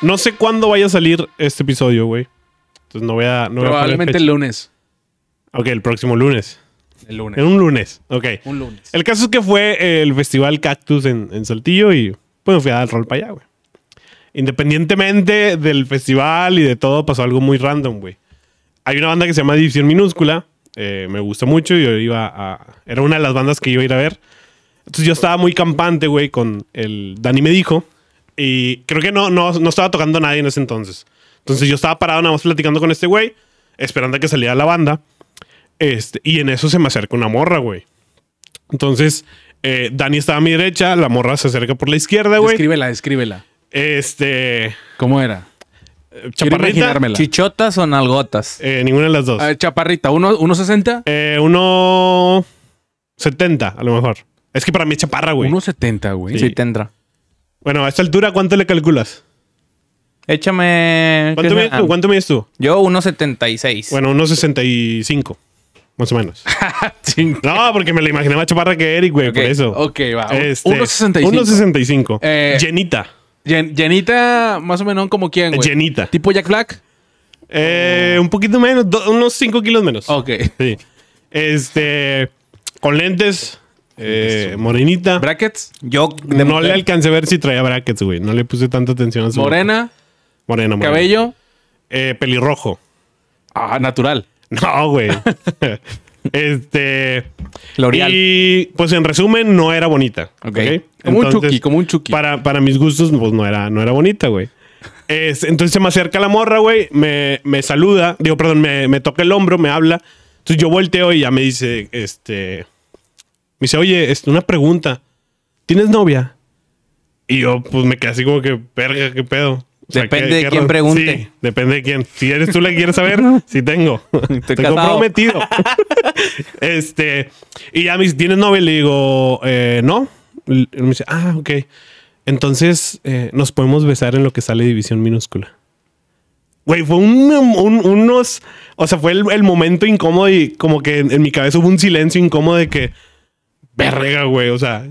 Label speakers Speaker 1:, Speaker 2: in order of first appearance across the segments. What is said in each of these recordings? Speaker 1: No sé cuándo vaya a salir este episodio, güey. Entonces no voy a. No voy a poner
Speaker 2: Probablemente
Speaker 1: fecha.
Speaker 2: el lunes.
Speaker 1: Ok, el próximo lunes.
Speaker 2: El lunes.
Speaker 1: En un lunes. Ok.
Speaker 2: Un lunes.
Speaker 1: El caso es que fue el festival Cactus en, en Saltillo y pues me fui a dar rol para allá, güey. Independientemente del festival y de todo, pasó algo muy random, güey. Hay una banda que se llama División Minúscula. eh, me gusta mucho. Yo iba a. Era una de las bandas que iba a ir a ver. Entonces yo estaba muy campante, güey, con el Dani me dijo. Y creo que no, no, no estaba tocando a nadie en ese entonces. Entonces yo estaba parado nada más platicando con este güey, esperando a que saliera la banda. Este, y en eso se me acerca una morra, güey. Entonces, eh, Dani estaba a mi derecha, la morra se acerca por la izquierda, güey.
Speaker 2: Escríbela, escríbela.
Speaker 1: Este.
Speaker 2: ¿Cómo era? Quiero
Speaker 1: Chaparrita.
Speaker 2: imaginármela.
Speaker 3: ¿Chichotas o nalgotas?
Speaker 1: eh, ninguna de las dos.
Speaker 2: A ver, chaparrita, uno- 1.60,
Speaker 1: Eh, uno. 70, a lo mejor. Es que para mí es chaparra, güey.
Speaker 2: 1.70, güey.
Speaker 3: Sí. te entra.
Speaker 1: Bueno, a esta altura, ¿cuánto le calculas?
Speaker 3: Échame.
Speaker 1: ¿Cuánto
Speaker 3: ¿qué
Speaker 1: mides
Speaker 3: será?
Speaker 1: tú? ¿Cuánto mides tú?
Speaker 3: Yo 1.76.
Speaker 1: Bueno, unos 65, más o menos.
Speaker 2: Ching.
Speaker 1: No, porque me la imaginaba chaparra que Eric, güey,
Speaker 3: Ok,
Speaker 1: por eso.
Speaker 2: ok, va.
Speaker 1: Este,
Speaker 2: 1.65.
Speaker 1: 1.65.
Speaker 2: Eh,
Speaker 1: Llenita.
Speaker 2: Llen- llenita, más o menos como quién, güey.
Speaker 1: Llenita.
Speaker 2: ¿Tipo Jack Black?
Speaker 1: Eh, un poquito menos, do- unos 5 kilos menos.
Speaker 2: Ok.
Speaker 1: Sí. Este, con lentes, eh, morenita.
Speaker 2: ¿Brackets?
Speaker 3: Yo de
Speaker 1: no le
Speaker 3: mujer.
Speaker 1: alcancé a ver si traía brackets, güey. No le puse tanta atención a su
Speaker 2: ¿Morena?
Speaker 1: Morena, morena.
Speaker 2: ¿Cabello?
Speaker 1: Eh, pelirrojo.
Speaker 2: Ah, natural.
Speaker 1: No, güey. este.
Speaker 3: L'Oreal.
Speaker 1: Y pues en resumen, no era bonita.
Speaker 2: Ok. Como un Chucky, como un Chucky.
Speaker 1: Para, para mis gustos, pues no era, no era bonita, güey. Es- entonces se me acerca la morra, güey. Me, me saluda. Digo, perdón, me, me toca el hombro, me habla. Entonces yo volteo y ya me dice, este. Me dice, oye, este, una pregunta. ¿Tienes novia? Y yo, pues me quedé así como que, verga, qué pedo. O
Speaker 3: Depende de quién
Speaker 1: ro-
Speaker 3: pregunte.
Speaker 1: Sí, depende de quién. Si eres tú la que quieres saber, sí tengo. Estoy
Speaker 3: casado.
Speaker 1: comprometido. este, y ya me dice, ¿tienes novia? Le digo, eh, no. Y me dice, ah, ok. Entonces, eh, nos podemos besar en lo que sale División Minúscula. Güey, fue un- un- unos... O sea, fue el, el momento incómodo y como que en, en mi cabeza hubo un silencio incómodo de que... Verga, güey, o sea...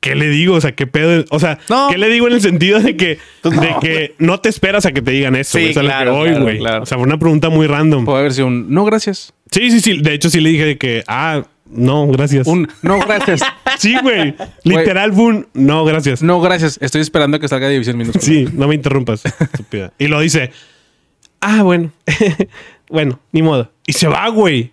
Speaker 1: ¿Qué le digo? O sea, ¿qué pedo? O sea,
Speaker 3: No. Pues
Speaker 1: ¿qué le digo en el sentido de que, de que no te esperas a que te digan eso?
Speaker 3: Sí,
Speaker 1: güey? Esa es la que
Speaker 3: claro,
Speaker 1: voy,
Speaker 3: claro,
Speaker 1: güey.
Speaker 3: claro.
Speaker 1: O sea, fue una pregunta muy random.
Speaker 2: Puede haber sido un... No, gracias.
Speaker 1: Sí, sí, sí. De hecho, sí le dije de que, ah, no, gracias.
Speaker 2: Un... No, gracias.
Speaker 1: Sí, güey. Literal, fue un no, gracias.
Speaker 2: no, gracias. Estoy esperando a que salga División Minúscula.
Speaker 1: Sí, no me interrumpas, estúpida. Y lo dice, ah, bueno, bueno, ni modo. Y se va, güey.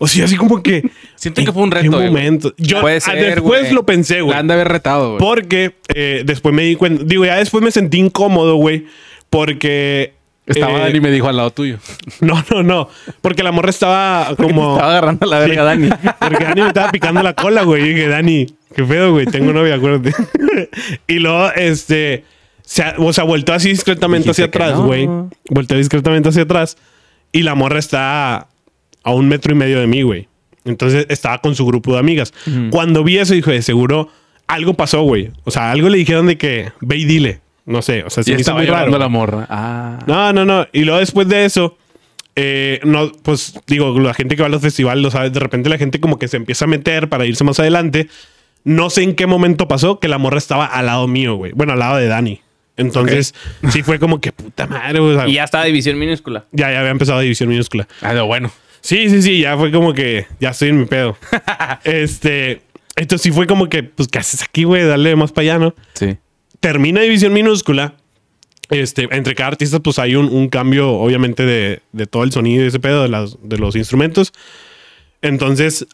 Speaker 1: O sea, así como que.
Speaker 2: Siento que
Speaker 1: ¿en
Speaker 2: fue un
Speaker 1: qué
Speaker 2: reto, güey?
Speaker 1: momento? Yo
Speaker 3: Puede
Speaker 1: ah,
Speaker 3: ser,
Speaker 1: después
Speaker 3: güey.
Speaker 1: lo pensé, güey.
Speaker 2: La han de haber retado, güey.
Speaker 1: Porque eh, después me di cuenta, digo, ya después me sentí incómodo, güey, porque...
Speaker 2: Estaba
Speaker 1: eh,
Speaker 2: Dani y me dijo al lado tuyo.
Speaker 1: No, no, no, porque la morra estaba como...
Speaker 3: Estaba agarrando la verga,
Speaker 1: Sí,
Speaker 3: Dani.
Speaker 1: Porque Dani me estaba picando la cola, güey. Y dije, Dani, qué pedo, güey. Tengo novia, acuérdate. y luego, este. Se, ha- o sea, volteó así discretamente
Speaker 3: Dijiste
Speaker 1: hacia
Speaker 3: que
Speaker 1: atrás,
Speaker 3: no.
Speaker 1: güey. Volteó discretamente hacia atrás. Y la morra está a un metro y medio de mí, güey. Entonces estaba con su grupo de amigas. Cuando vi eso, dije, de seguro algo pasó, güey. O sea, algo le dijeron de que ve y dile. No sé, o sea, se
Speaker 2: Y
Speaker 1: me hizo
Speaker 2: estaba
Speaker 1: muy
Speaker 2: llorando
Speaker 1: raro.
Speaker 2: la morra. Ah.
Speaker 1: No, no, no. Y luego después de eso, eh, no, pues digo, la gente que va a los festivales lo sabe. De repente la gente como que se empieza a meter para irse más adelante. No sé en qué momento pasó que la morra estaba al lado mío, güey. Bueno, al lado de Dani. Entonces, sí fue como que puta madre, güey. O sea,
Speaker 3: Y
Speaker 1: ya.
Speaker 3: ya está división minúscula.
Speaker 1: ya había empezado división minúscula.
Speaker 2: Ah, no, bueno.
Speaker 1: Sí, sí, sí, ya fue como que ya estoy en mi pedo. este, esto sí fue como que, pues, ¿qué haces aquí, güey? Dale más para allá, ¿no?
Speaker 2: Sí.
Speaker 1: termina División Minúscula. Este, entre cada artista, pues hay un, un cambio, obviamente, de, de todo el sonido y ese pedo de, las- de los instrumentos. Entonces,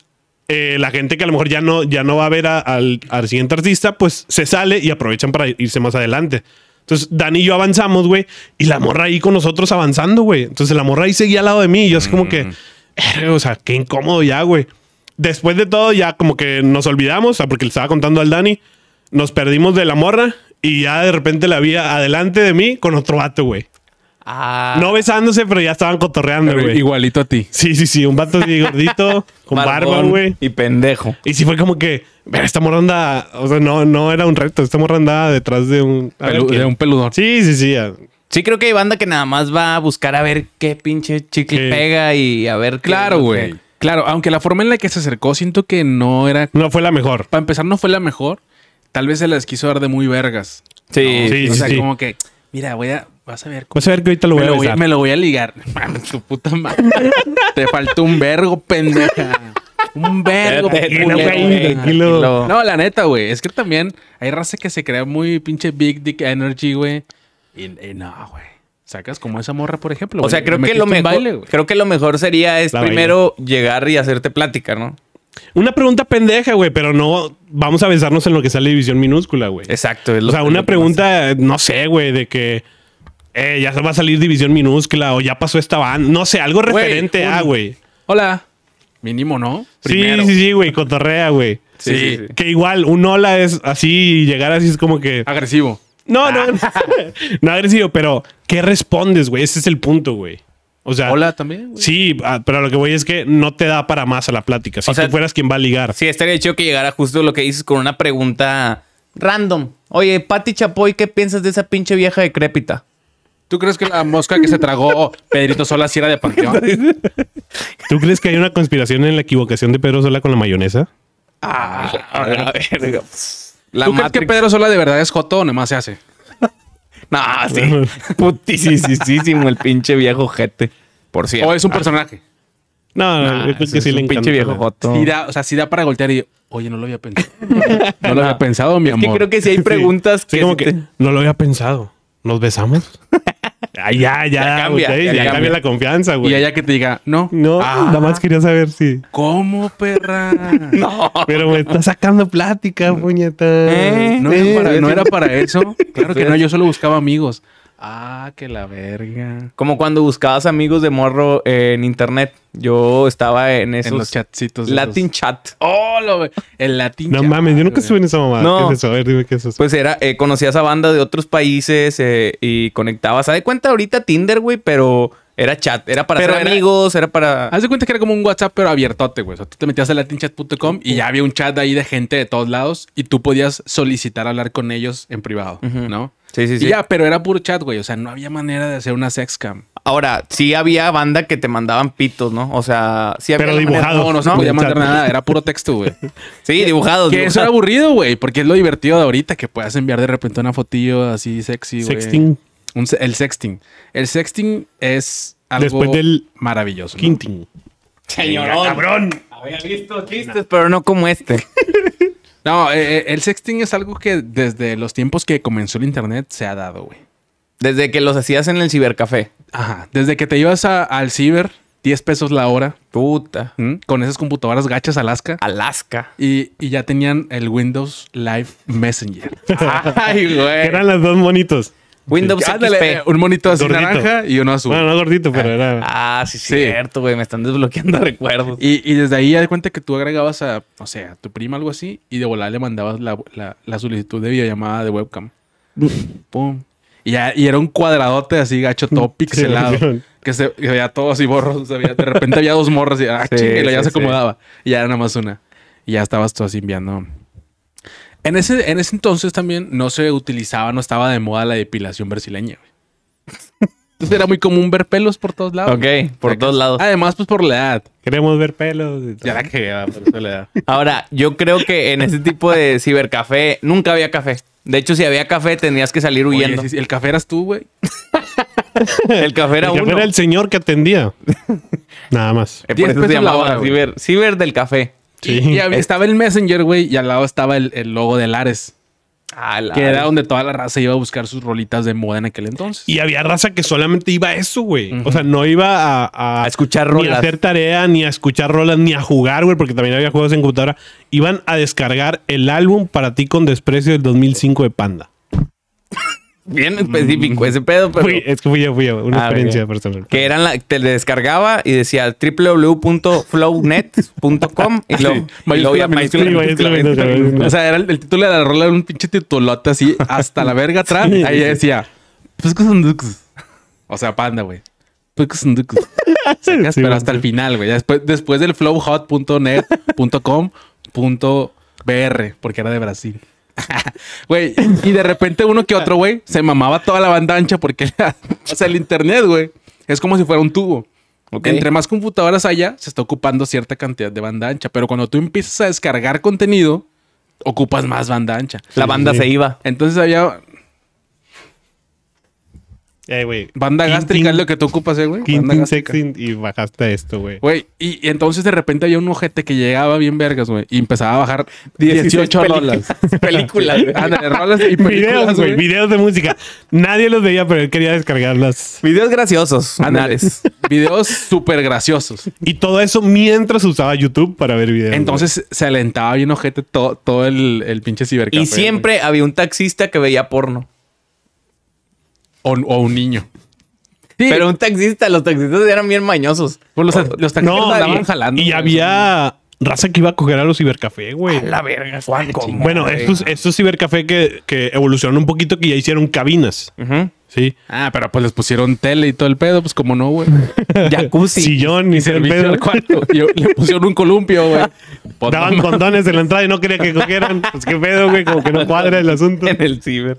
Speaker 1: eh, la gente que a lo mejor ya no, ya no va a ver a- al, al siguiente artista, pues se sale y aprovechan para irse más adelante. Entonces, Dani y yo avanzamos, güey, y la morra ahí con nosotros avanzando, güey. Entonces, la morra ahí seguía al lado de mí y yo así como que,
Speaker 3: Mm.
Speaker 1: "Eh, o sea, qué incómodo ya, güey. Después de todo, ya como que nos olvidamos, o sea, porque le estaba contando al Dani, nos perdimos de la morra y ya de repente la vi adelante de mí con otro vato, güey.
Speaker 3: Ah.
Speaker 1: No besándose, pero ya estaban cotorreando, güey.
Speaker 2: Igualito a ti.
Speaker 1: Sí, sí, sí, un vato así gordito, con barba,
Speaker 3: Barbón
Speaker 1: güey.
Speaker 3: Y pendejo.
Speaker 1: Y sí fue como que, ver, esta morra anda, o sea, no, no era un reto, esta morra andaba detrás de un... a ver
Speaker 2: Pelu-
Speaker 1: quién.
Speaker 2: de un peludón.
Speaker 1: Sí, sí, sí. ya.
Speaker 3: Sí, creo que hay banda que nada más va a buscar a ver qué pinche chicle
Speaker 1: Sí.
Speaker 3: pega y a ver. qué-
Speaker 2: Claro, güey. Claro, aunque la forma en la que se acercó siento que no era...
Speaker 1: No fue la mejor.
Speaker 2: Para empezar, no fue la mejor. Tal vez se las quiso dar de muy vergas.
Speaker 3: Sí.
Speaker 1: Sí.
Speaker 2: o sea, como que Mira, voy a. Vas a ver.
Speaker 1: Vas Pues a ver que ahorita lo voy
Speaker 2: me,
Speaker 1: a
Speaker 2: lo voy,
Speaker 1: besar.
Speaker 2: me lo voy a ligar. Mames, tu puta madre. Te faltó un vergo, pendeja. Un vergo,
Speaker 1: Tranquilo,
Speaker 2: culero,
Speaker 1: güey,
Speaker 2: güey.
Speaker 1: tranquilo.
Speaker 2: No, la neta, güey. Es que también hay raza que se crea muy pinche Big Dick Energy, güey. Y, y no, güey. Sacas como esa morra, por ejemplo.
Speaker 3: O
Speaker 2: güey.
Speaker 3: sea, creo
Speaker 2: Le
Speaker 3: que lo
Speaker 2: metiste un
Speaker 3: mejor,
Speaker 2: baile, güey.
Speaker 3: creo que lo mejor sería es
Speaker 1: La baile.
Speaker 3: primero llegar y hacerte plática, ¿no?
Speaker 1: Una pregunta pendeja, güey, pero no vamos a besarnos en lo que sale división minúscula, güey.
Speaker 3: Exacto. es lo-
Speaker 1: O sea,
Speaker 3: es lo
Speaker 1: una
Speaker 3: que
Speaker 1: pregunta, no sé, güey, de que eh, ya se va a salir división minúscula o ya pasó esta van. No sé, algo
Speaker 2: Güey,
Speaker 1: referente a,
Speaker 2: un-
Speaker 1: güey.
Speaker 2: Hola. Mínimo, ¿no?
Speaker 1: Sí,
Speaker 2: Primero.
Speaker 1: sí, sí, güey, cotorrea, güey.
Speaker 3: Sí, sí, sí.
Speaker 1: Que igual, un hola es así, y llegar así es como que.
Speaker 2: Agresivo.
Speaker 1: No, no, Ah. no agresivo, pero ¿qué respondes, güey? Ese es el punto, güey. O sea,
Speaker 2: Hola también, güey.
Speaker 1: sí, ah, pero lo que voy es que no te da para más a la plática. Si
Speaker 3: O sea,
Speaker 1: tú fueras quien va a ligar.
Speaker 3: Sí, estaría chido que llegara justo lo que dices con una pregunta random. Oye, Pati Chapoy, ¿qué piensas de esa pinche vieja decrépita?
Speaker 2: ¿Tú crees que la mosca que se tragó Pedrito Sola sí era de Panteón?
Speaker 1: ¿Tú crees que hay una conspiración en la equivocación de Pedro Sola con la mayonesa?
Speaker 3: Ah, la verga. La
Speaker 2: ¿Tú crees que
Speaker 3: Matrix.
Speaker 2: Pedro Sola de verdad es Joto o nomás se hace?
Speaker 3: No, sí. Putisísimo el pinche viejo jete. Por cierto. Ah,
Speaker 2: ¿O es un personaje?
Speaker 1: No, no, yo creo que sí le
Speaker 3: un
Speaker 1: encanta.
Speaker 3: pinche viejo
Speaker 1: güey.
Speaker 3: joto.
Speaker 2: Sí da- o sea, sí da para golpear y... Oye, no lo había pensado. No lo había pensado, mi
Speaker 3: Es que
Speaker 2: amor.
Speaker 3: creo que si hay preguntas
Speaker 1: Sí,
Speaker 3: que,
Speaker 1: como
Speaker 3: sí
Speaker 1: que
Speaker 3: te-
Speaker 1: no lo había pensado. ¿Nos besamos? Ah, ya, ya,
Speaker 3: Ya cambia,
Speaker 1: ustedes,
Speaker 3: ya
Speaker 1: ya,
Speaker 3: cambia.
Speaker 1: cambia la confianza, güey.
Speaker 2: Y allá que te diga, no.
Speaker 1: No,
Speaker 2: Ah,
Speaker 1: nada más quería saber si.
Speaker 2: ¿Cómo, perra?
Speaker 3: No.
Speaker 1: Pero me está sacando plática, puñeta.
Speaker 3: ¿Eh?
Speaker 2: No
Speaker 1: Eh,
Speaker 2: era para, no
Speaker 1: eh.
Speaker 2: era para eso. Claro que no, yo solo buscaba amigos. Ah, que la verga.
Speaker 3: Como cuando buscabas amigos de morro en internet. Yo estaba en esos
Speaker 2: en los chatcitos. esos.
Speaker 3: Latin chat.
Speaker 2: ¡Oh, lo ve- El latín
Speaker 1: No mames, yo nunca estuve
Speaker 2: estuve
Speaker 1: en esa mamada.
Speaker 3: No.
Speaker 1: ¿Qué es eso? A ver, dime qué es eso.
Speaker 3: Pues era, eh, conocías a banda de otros países eh, y conectabas. ¿Sabes cuenta ahorita Tinder, güey? Pero era chat, era para
Speaker 2: Pero
Speaker 3: hacer
Speaker 2: era-
Speaker 3: amigos, era para.
Speaker 2: Haz de cuenta que era como un WhatsApp, pero abiertote, güey. O sea, tú te metías a latinchat.com y ya había un chat ahí de gente de todos lados y tú podías solicitar hablar con ellos en privado,
Speaker 3: Ujú.
Speaker 2: ¿no?
Speaker 3: Sí, sí,
Speaker 2: Y
Speaker 3: sí.
Speaker 2: ya, pero era puro chat, güey. O sea, no había manera de hacer una sexcam.
Speaker 3: Ahora, sí había banda que te mandaban pitos, ¿no? O sea, sí había.
Speaker 1: Pero
Speaker 3: la manera-
Speaker 1: dibujado.
Speaker 2: No, no se
Speaker 3: Ah,
Speaker 1: ¿no?
Speaker 2: podía
Speaker 1: El
Speaker 2: mandar
Speaker 1: chat.
Speaker 2: nada. Era puro texto, güey.
Speaker 3: Sí, dibujados.
Speaker 2: que eso era
Speaker 3: dibujados.
Speaker 2: aburrido, güey. Porque es lo divertido de ahorita, que puedas enviar de repente una fotillo así sexy, güey.
Speaker 1: Sexting.
Speaker 2: Un se- el sexting. El sexting es algo
Speaker 1: Después del
Speaker 2: maravilloso. ¿no?
Speaker 1: Quinting.
Speaker 3: Señorón. Cabrón. Había visto chistes, pero no como este.
Speaker 2: No, eh, eh, el sexting es algo que desde los tiempos que comenzó el internet se ha dado, güey.
Speaker 3: Desde que los hacías en el cibercafé.
Speaker 2: Ajá. Desde que te ibas a- al ciber, 10 pesos la hora,
Speaker 3: Puta. Ah.
Speaker 2: ¿m? con esas computadoras gachas Alaska.
Speaker 3: Alaska.
Speaker 2: Y, y ya tenían el Windows Live Messenger.
Speaker 3: Ay,
Speaker 1: Que
Speaker 3: güey.
Speaker 1: eran los dos monitos.
Speaker 3: Windows
Speaker 2: Ándale, eh,
Speaker 3: XP.
Speaker 2: un monito así
Speaker 1: Gordito.
Speaker 2: naranja y uno azul.
Speaker 1: Bueno, no gordito, pero era.
Speaker 3: Ah, sí,
Speaker 2: Sí.
Speaker 3: cierto, güey. Me están desbloqueando recuerdos.
Speaker 2: y, y desde ahí ya de cuenta que tú agregabas a, o sea, a tu prima algo así y de volada le mandabas la, la- la solicitud de videollamada de webcam. Pum. Y, ya, y era un cuadradote así gacho todo pixelado.
Speaker 1: sí.
Speaker 2: que se que veía todo así borroso. se veía- de repente había dos morras y ah,
Speaker 3: Sí,
Speaker 2: chinga, y la ya
Speaker 3: sí,
Speaker 2: se
Speaker 3: sí.
Speaker 2: acomodaba. Y ya era nada más una. Y ya estabas tú así enviando. En ese, en ese entonces también no se utilizaba, no estaba de moda la depilación brasileña. güey. Entonces era muy común ver pelos por todos lados.
Speaker 3: Ok,
Speaker 2: güey.
Speaker 3: por
Speaker 2: Sacas.
Speaker 3: todos lados.
Speaker 2: Además, pues por la edad.
Speaker 1: Queremos ver pelos. y todo.
Speaker 2: Ya la que por eso la edad.
Speaker 3: Ahora, yo creo que en ese tipo de cibercafé nunca había café. De hecho, si había café, tenías que salir
Speaker 2: Oye,
Speaker 3: huyendo.
Speaker 2: si- si el café eras tú, güey.
Speaker 3: El café era
Speaker 1: Que
Speaker 3: uno.
Speaker 1: fuera el señor que atendía. Nada más.
Speaker 3: Eh, por
Speaker 2: Diez
Speaker 3: eso se
Speaker 2: pesos la
Speaker 3: llamaba
Speaker 2: hora, güey.
Speaker 3: ciber, ciber del café.
Speaker 1: Sí. Eh.
Speaker 2: Y, y había- estaba el Messenger, güey, y al lado estaba el, el logo de Lares,
Speaker 3: Ah, la-
Speaker 2: que era donde toda la raza iba a buscar sus rolitas de moda en aquel entonces.
Speaker 1: Y había raza que solamente iba a eso, güey. O sea, no iba a, a-
Speaker 3: A escuchar
Speaker 1: Ni
Speaker 3: rolas.
Speaker 1: a hacer tarea, ni a escuchar rolas, ni a jugar, güey, porque también había juegos en computadora. Iban a descargar el álbum para ti con desprecio del 2005 de Panda.
Speaker 3: Bien específico ese pedo, pero.
Speaker 1: Fui- es que fui yo, fui yo. Una
Speaker 3: Ah,
Speaker 1: experiencia
Speaker 3: ok.
Speaker 1: personal.
Speaker 3: Que eran la, te le descargaba y decía www.flownet.com y luego,
Speaker 2: Sí.
Speaker 3: y luego ya
Speaker 2: Mayúscula,
Speaker 3: mayúscula,
Speaker 1: minúscula,
Speaker 3: minúscula,
Speaker 1: minúscula,
Speaker 3: minúscula.
Speaker 1: minúscula.
Speaker 2: O sea, era el, el título de la rola era un pinche titulota así hasta la verga atrás.
Speaker 1: Sí,
Speaker 2: Ahí
Speaker 1: sí.
Speaker 2: decía, pues que son ducos. O sea, panda, güey. Pues que son ducos. Sacas,
Speaker 1: Sí,
Speaker 2: pero
Speaker 1: güey.
Speaker 2: hasta el final, güey. Ya Después, después del flowhot.net.com.br, porque era de Brasil. Güey, y de repente uno que otro, güey, se mamaba toda la banda ancha porque, la- o sea, el internet, güey, es como si fuera un tubo.
Speaker 3: Ok.
Speaker 2: Entre más computadoras haya, se está ocupando cierta cantidad de banda ancha, pero cuando tú empiezas a descargar contenido, ocupas más banda ancha.
Speaker 3: La banda
Speaker 1: sí.
Speaker 3: se iba.
Speaker 2: Entonces había...
Speaker 1: Eh, güey.
Speaker 2: Banda
Speaker 1: Quintín-
Speaker 2: gástrica es lo que tú ocupas, eh, güey. Banda
Speaker 1: Quintín
Speaker 2: gástrica.
Speaker 1: Sexting y bajaste a esto, güey.
Speaker 2: Güey, y, y entonces de repente había un ojete que llegaba bien vergas, güey, y empezaba a bajar 18 rolas. Ah,
Speaker 3: Películas.
Speaker 2: Ándale, rolas y
Speaker 1: Videos,
Speaker 2: películas,
Speaker 1: güey.
Speaker 2: güey.
Speaker 1: Videos de música. Nadie los veía, pero él quería descargarlas.
Speaker 3: Videos graciosos.
Speaker 2: Ándale.
Speaker 3: Nares.
Speaker 2: Videos súper graciosos.
Speaker 1: Y todo eso mientras usaba YouTube para ver videos.
Speaker 2: Entonces se alentaba bien ojete todo, todo el, el pinche cibercafé.
Speaker 3: Y siempre había un taxista que veía porno.
Speaker 2: güey. O, o un niño. Sí,
Speaker 3: Pero un taxista, los taxistas eran bien mañosos.
Speaker 2: pues los, los
Speaker 1: güey.
Speaker 2: taxistas andaban
Speaker 1: y,
Speaker 2: jalando.
Speaker 1: Y
Speaker 2: güey.
Speaker 1: había raza que iba a coger a los cibercafé, güey.
Speaker 3: verga, Juan. ¿cómo?
Speaker 1: Bueno, estos, estos cibercafé que, que evolucionaron un poquito, que ya hicieron cabinas.
Speaker 3: Ujú.
Speaker 1: Sí.
Speaker 2: Ah, pero pues les pusieron tele y todo el pedo, pues como no, güey.
Speaker 3: Jacuzzi.
Speaker 1: Sillón, y el
Speaker 2: Pues Servicio
Speaker 1: pedo.
Speaker 2: al cuarto. Y le pusieron un columpio, güey. Pues,
Speaker 1: Daban
Speaker 2: no
Speaker 1: condones en la entrada y no quería que cogieran. Pues qué pedo, güey. Como que no cuadra el asunto.
Speaker 3: En el ciber.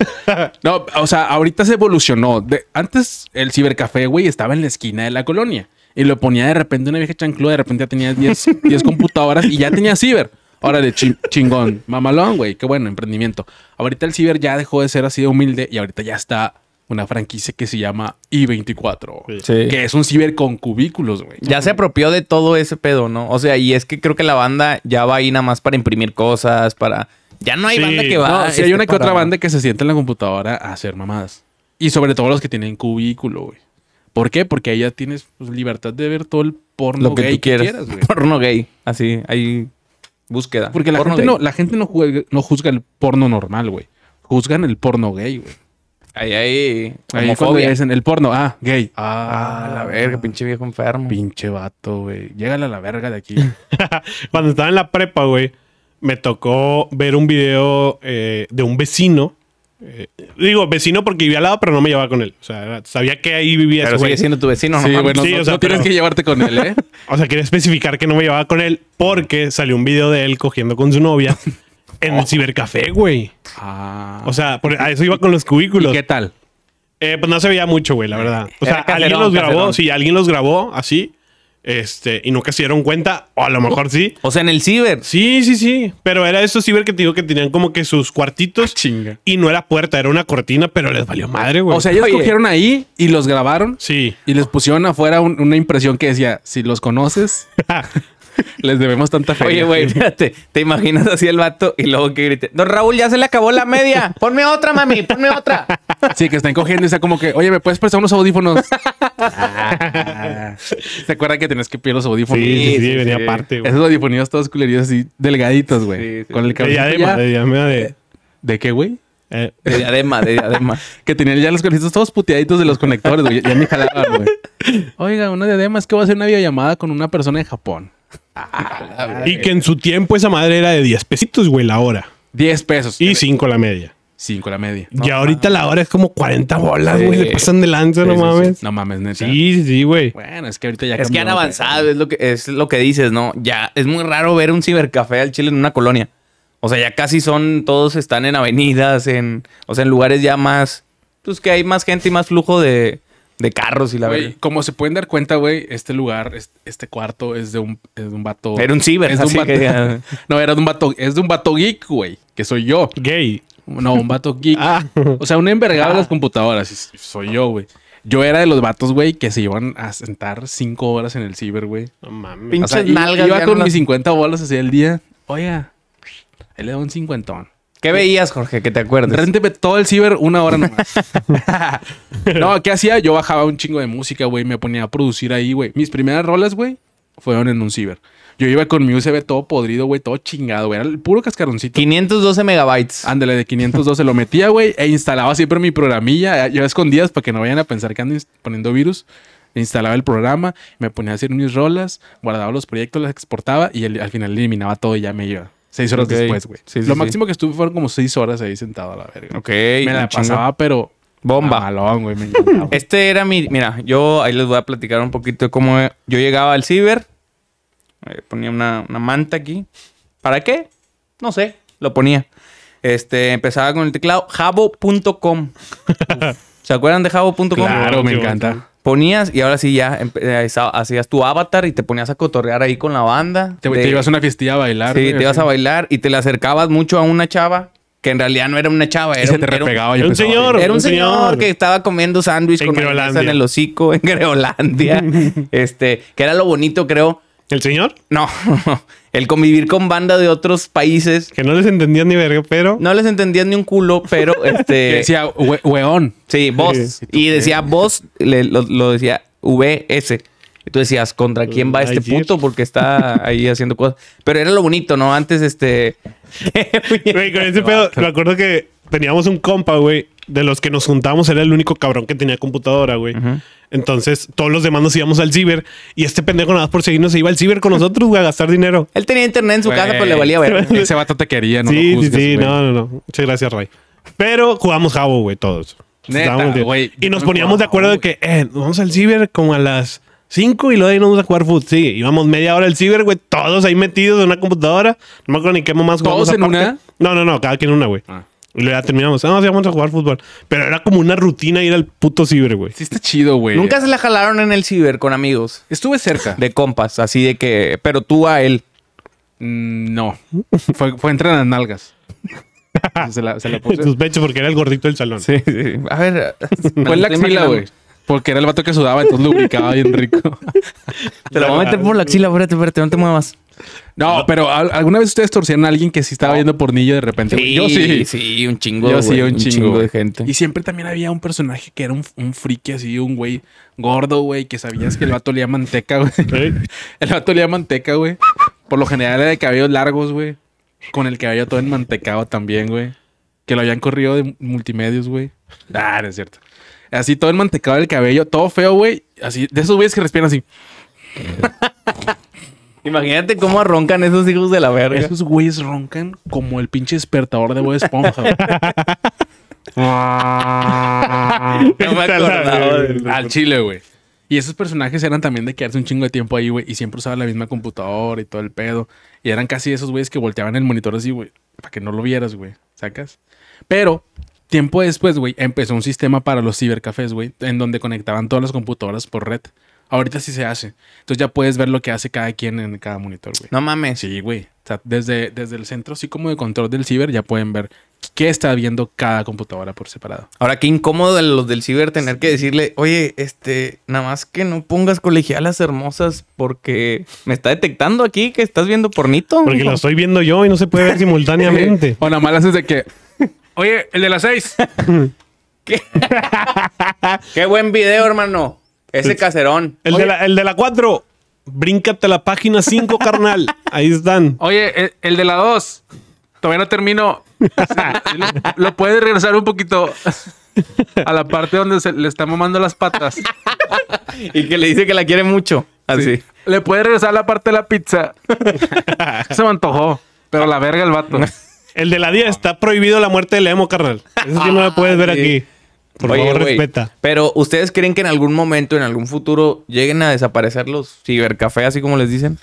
Speaker 2: No, o sea, ahorita se evolucionó. De- antes el cibercafé, güey, estaba en la esquina de la colonia. Y lo ponía de repente una vieja chancluda, de repente ya tenía 10, 10 computadoras y ya tenía ciber. Órale, chi- chingón. Mamalón, güey, qué bueno, emprendimiento. Ahorita el ciber ya dejó de ser así de humilde y ahorita ya está una franquicia que se llama I24.
Speaker 3: Sí.
Speaker 2: Que es un ciber con cubículos, güey.
Speaker 3: Ya se apropió de todo ese pedo, ¿no? O sea, y es que creo que la banda ya va ahí nada más para imprimir cosas, para... Ya no hay
Speaker 1: Sí.
Speaker 3: banda que
Speaker 2: No,
Speaker 3: va...
Speaker 2: sí, hay
Speaker 3: este,
Speaker 2: una que otra
Speaker 3: para-
Speaker 2: banda que se sienta en la computadora a hacer mamadas. Y sobre todo los que tienen cubículo, güey. ¿Por qué? Porque ahí ya tienes pues, libertad de ver todo el porno
Speaker 3: Lo que
Speaker 2: gay
Speaker 3: tú quieras.
Speaker 2: güey.
Speaker 3: porno gay. Así, hay búsqueda.
Speaker 2: Porque la
Speaker 3: Porno
Speaker 2: gente,
Speaker 3: gay.
Speaker 2: no, la gente no, juega- no juzga el porno normal, güey. Juzgan el porno gay, güey.
Speaker 3: Ahí hay
Speaker 2: Ahí es cuando
Speaker 3: homofobia.
Speaker 2: ya dicen el porno, ah, gay.
Speaker 3: Ah, la verga, pinche viejo enfermo.
Speaker 2: Pinche vato, güey. Llégale a la verga de aquí.
Speaker 1: Cuando estaba en la prepa, güey, me tocó ver un video eh, de un vecino. Eh, digo, vecino porque vivía al lado, pero no me llevaba con él. O sea, era- sabía que ahí vivía
Speaker 3: Pero
Speaker 1: ese güey.
Speaker 3: sigue siendo tu vecino,
Speaker 2: sí,
Speaker 3: ¿no?
Speaker 2: bueno,
Speaker 1: Sí,
Speaker 2: no,
Speaker 1: o sea,
Speaker 2: no tienes
Speaker 1: pero-
Speaker 2: que llevarte con él, ¿eh?
Speaker 1: O sea, quería especificar que no me llevaba con él porque salió un video de él cogiendo con su novia en el cibercafé, güey.
Speaker 2: Ah.
Speaker 1: O sea, por- a eso iba con los
Speaker 2: ¿y
Speaker 1: cubículos.
Speaker 2: qué tal?
Speaker 1: Eh, pues no se veía mucho, güey, la verdad. O sea,
Speaker 3: Era caserón,
Speaker 1: alguien los grabó,
Speaker 3: caserón.
Speaker 1: sí, alguien los grabó así, este, y nunca se dieron cuenta, o a lo mejor sí.
Speaker 3: O sea, en el ciber.
Speaker 1: Sí, sí, sí. Pero era esos ciber que te digo que tenían como que sus cuartitos.
Speaker 2: Chinga.
Speaker 1: Y no era puerta, era una cortina, pero les valió madre, güey.
Speaker 2: O sea, ellos
Speaker 3: Oye.
Speaker 2: cogieron ahí y los grabaron.
Speaker 1: sí.
Speaker 2: Y les pusieron afuera un- una impresión que decía, si los conoces, les debemos tanta feria.
Speaker 3: Oye, güey, fíjate, te imaginas así el vato y luego que grite, Don Raúl, ya se le acabó la media. Ponme otra, mami, ponme otra.
Speaker 2: Sí, que están cogiendo y sea como que, oye, ¿me puedes prestar unos audífonos? Ah. ¿Se acuerdan que tenías que pedir los
Speaker 1: Sí,
Speaker 2: audífonos?
Speaker 1: sí, sí,
Speaker 3: sí, sí,
Speaker 1: venía
Speaker 3: sí.
Speaker 1: aparte, güey.
Speaker 2: Esos audífonos todos culeríos así, delgaditos, güey.
Speaker 3: Sí, sí,
Speaker 2: Con el
Speaker 1: De
Speaker 2: cabello
Speaker 1: diadema, de
Speaker 2: de...
Speaker 1: diadema
Speaker 2: Eh,
Speaker 1: de.
Speaker 2: qué, güey?
Speaker 1: eh,
Speaker 3: De diadema, de diadema.
Speaker 2: Que tenían ya los cabellitos todos puteaditos de los conectores, güey. Ya me jalaban, güey. Oiga, una diadema, es que voy a hacer una videollamada con una persona de Japón.
Speaker 1: y que en su tiempo esa madre era de 10 pesitos, güey, la hora.
Speaker 2: 10 pesos. Eh,
Speaker 1: Y 5 la media.
Speaker 2: Cinco la media.
Speaker 1: y ahorita la hora es como 40 bolas,
Speaker 3: Sí.
Speaker 1: güey. Le pasan de lanza, no
Speaker 2: Sí, sí, sí.
Speaker 1: mames.
Speaker 2: No mames, neta.
Speaker 1: Sí, sí, sí, güey.
Speaker 2: Bueno, es que ahorita ya
Speaker 3: Es que han
Speaker 2: cambió,
Speaker 3: avanzado, es lo que, es lo que dices, ¿no? Ya es muy raro ver un cibercafé al Chile en una colonia. O sea, ya casi son, todos están en avenidas, en, o sea, en lugares ya más, pues que hay más gente y más flujo de, de carros y la
Speaker 2: Güey,
Speaker 3: verdad.
Speaker 2: como se pueden dar cuenta, güey, este lugar, es- este cuarto es de un, es de un vato.
Speaker 3: Era un ciber,
Speaker 2: es de un
Speaker 3: así
Speaker 2: vato-
Speaker 3: que-
Speaker 2: No, era de un vato. Es de un vato geek, güey. Que soy yo.
Speaker 1: Gay.
Speaker 2: No, un vato geek.
Speaker 1: Ah.
Speaker 2: O sea, un envergado
Speaker 3: Ah.
Speaker 2: de las computadoras. y s- Soy yo, güey. Yo era de los vatos, güey, que se iban a sentar cinco horas en el ciber, güey.
Speaker 1: No mames.
Speaker 3: Pinche
Speaker 2: O sea,
Speaker 3: Muchas
Speaker 2: i-
Speaker 3: nalgas,
Speaker 2: iba
Speaker 3: ya
Speaker 2: con
Speaker 3: no las-
Speaker 2: mis 50 bolas hacia el día. Oiga, él le da un cincuentón.
Speaker 3: ¿Qué veías, Jorge, que te acuerdes?
Speaker 2: Rénteme todo el ciber una hora nomás. no, ¿qué hacía? Yo bajaba un chingo de música, güey. Me ponía a producir ahí, güey. Mis primeras rolas, güey, fueron en un ciber. Yo iba con mi USB todo podrido, güey, todo chingado, güey. Era el puro cascaroncito.
Speaker 3: 512 megabytes.
Speaker 2: Ándale, de 512 lo metía, güey, e instalaba siempre mi programilla. eh, Yo a escondidas para que no vayan a pensar que ando ins- poniendo virus. Instalaba el programa, me ponía a hacer mis rolas, guardaba los proyectos, las exportaba y el- al final eliminaba todo y ya me iba. Seis horas
Speaker 3: Ok.
Speaker 2: después, güey.
Speaker 3: Sí, sí,
Speaker 2: lo
Speaker 3: sí.
Speaker 2: máximo que estuve fueron como seis horas ahí sentado a la verga.
Speaker 3: Ok.
Speaker 2: Me la
Speaker 3: un chingo.
Speaker 2: pasaba, pero.
Speaker 3: Bomba.
Speaker 2: Mamalón, güey. Me encantaba.
Speaker 3: Este era mi. Mira, yo ahí les voy a platicar un poquito de cómo e, yo llegaba al ciber. Eh, ponía una, una manta aquí. ¿Para qué? No sé. Lo ponía. Este, empezaba con el teclado jabo.com. ¿Se acuerdan de jabo.com?
Speaker 2: claro, me
Speaker 1: sí,
Speaker 2: encanta.
Speaker 3: Ponías y ahora sí ya empe- eh, sa- hacías tu avatar y te ponías a cotorrear ahí con la banda.
Speaker 2: Te,
Speaker 3: De-
Speaker 2: te ibas a una fiestilla a bailar.
Speaker 3: Sí,
Speaker 2: güey,
Speaker 3: te ibas
Speaker 2: así.
Speaker 3: a bailar y te le acercabas mucho a una chava Que en realidad no era una chava, era,
Speaker 2: se
Speaker 3: un-
Speaker 2: te
Speaker 3: era un-
Speaker 2: repegaba y
Speaker 1: era un
Speaker 2: empezaba a
Speaker 1: señor.
Speaker 2: abrir.
Speaker 3: era un
Speaker 1: Un
Speaker 3: señor,
Speaker 1: señor.
Speaker 3: que estaba comiendo sándwich
Speaker 1: En
Speaker 3: con mayonesa en
Speaker 1: Groenlandia.
Speaker 3: el hocico en Greolandia. este, que era lo bonito, creo.
Speaker 1: ¿El señor?
Speaker 3: No, el convivir con banda de otros países.
Speaker 1: Que no les entendía ni verga, pero.
Speaker 3: No les entendían ni un culo, pero
Speaker 2: Que
Speaker 3: este.
Speaker 2: decía, "Hue- hueón.
Speaker 3: Sí, vos.
Speaker 1: Sí.
Speaker 3: Y decía vos, le- lo, lo decía VS. Y tú decías, ¿contra quién va este
Speaker 1: Ayer.
Speaker 3: puto? Porque está ahí haciendo cosas. Pero era lo bonito, ¿no? Antes, este.
Speaker 1: Güey, con ese pedo, me acuerdo que teníamos un compa, güey, de los que nos juntábamos, era el único cabrón que tenía computadora, güey. Entonces, todos los demás nos íbamos al ciber y este pendejo nada más por seguirnos se iba al ciber con nosotros, güey, a gastar dinero.
Speaker 3: Él tenía internet en su casa,
Speaker 2: Güey.
Speaker 3: pero le valía ver.
Speaker 2: Ese vato te quería, no
Speaker 1: sí,
Speaker 2: lo juzgues,
Speaker 1: sí, sí,
Speaker 2: güey.
Speaker 1: no, no, no. Muchas gracias, Ray. Pero jugamos jabo, güey, todos.
Speaker 2: Neta,
Speaker 1: Estábamos de-
Speaker 2: güey,
Speaker 1: Y
Speaker 2: yo
Speaker 1: nos
Speaker 2: también
Speaker 1: poníamos
Speaker 2: jugaba
Speaker 1: de acuerdo de
Speaker 2: Jabo,
Speaker 1: que, eh, vamos al ciber como a las 5 y luego ahí nos vamos a jugar foot. Sí, íbamos media hora al ciber, güey, todos ahí metidos en una computadora. No me acuerdo ni qué más
Speaker 2: ¿Todos en una?
Speaker 1: No, no, no, cada quien una, güey.
Speaker 2: Ah.
Speaker 1: Y luego ya terminamos. Ah, sí, vamos a jugar fútbol. Pero era como una rutina ir al puto ciber, güey.
Speaker 2: Sí está chido, güey.
Speaker 3: Nunca se la jalaron en el ciber con amigos.
Speaker 2: Estuve cerca.
Speaker 3: De compas, así de que. Pero tú a él.
Speaker 2: Mm, No. Fue, fue entre las nalgas. se, la, se la puse.
Speaker 1: Sus pechos, porque era el gordito del salón.
Speaker 3: Sí, sí. A ver. me lo
Speaker 2: Fue en la
Speaker 3: estoy
Speaker 2: axila,
Speaker 3: imaginando.
Speaker 2: güey. Porque era el vato que sudaba, entonces lubricaba bien rico.
Speaker 3: Te lo voy a meter por la axila, espérate, espérate, no te muevas.
Speaker 2: No, pero ¿al- ¿alguna vez ustedes torcieron a alguien que sí estaba viendo pornillo de repente? güey? Yo sí.
Speaker 3: Sí, un chingo.
Speaker 2: Yo sí,
Speaker 3: güey,
Speaker 2: un, chingo,
Speaker 3: de
Speaker 2: güey.
Speaker 3: gente.
Speaker 2: Y siempre también había un personaje que era un, un friki así, un güey gordo, güey, que sabías que el vato olía a manteca, güey.
Speaker 1: ¿Eh?
Speaker 2: El vato olía a manteca, güey. Por lo general era de cabellos largos, güey. Con el cabello todo enmantecado también, güey. Que lo habían corrido de multimedios, güey. Ah, no es cierto. Así todo enmantecado del cabello, todo feo, güey. Así, de esos güeyes que respiran así.
Speaker 3: Imagínate cómo arroncan esos hijos de la verga.
Speaker 2: Esos güeyes roncan como el pinche despertador de Bob Esponja, güey.
Speaker 3: No me
Speaker 1: Está la
Speaker 3: acordaba de
Speaker 1: verga.
Speaker 2: Al chile, güey. Y esos personajes eran también de quedarse un chingo de tiempo ahí, güey. Y siempre usaban la misma computadora y todo el pedo. Y eran casi esos güeyes que volteaban el monitor así, güey. Para que no lo vieras, güey. ¿Sacas? Pero, tiempo después, güey, empezó un sistema para los cibercafés, güey. En donde conectaban todas las computadoras por red. Ahorita sí se hace. Entonces ya puedes ver lo que hace cada quien en cada monitor, güey.
Speaker 3: No mames.
Speaker 2: Sí, güey. O sea, desde, desde el centro, así como de control del ciber, ya pueden ver qué está viendo cada computadora por separado.
Speaker 3: Ahora, qué incómodo de los del ciber tener que decirle, oye, este, nada más que no pongas colegialas hermosas porque me está detectando aquí que estás viendo pornito.
Speaker 1: Porque lo estoy viendo yo y no se puede ver simultáneamente.
Speaker 2: O nada más haces de que. Oye, el de las seis.
Speaker 3: Qué buen video, hermano. Ese caserón.
Speaker 1: El de, la, el de la 4. Bríncate a la página 5, carnal. Ahí están.
Speaker 2: Oye, el, el de la dos. Todavía no termino. Sí, Lo, lo puedes regresar un poquito a la parte donde se le está mamando las patas.
Speaker 3: Y que le dice que la quiere mucho.
Speaker 1: Ah,
Speaker 3: Así.
Speaker 2: Sí. Le puedes regresar la parte de la pizza. Se me antojó. Pero la verga el vato.
Speaker 1: El de la 10. Está prohibido la muerte del emo, carnal. Eso sí no lo puedes ver
Speaker 3: Sí.
Speaker 1: aquí. Por
Speaker 3: Oye,
Speaker 1: favor,
Speaker 3: güey,
Speaker 1: respeta.
Speaker 3: Pero, ¿ustedes creen que en algún momento, en algún futuro, lleguen a desaparecer los cibercafés, así como les dicen?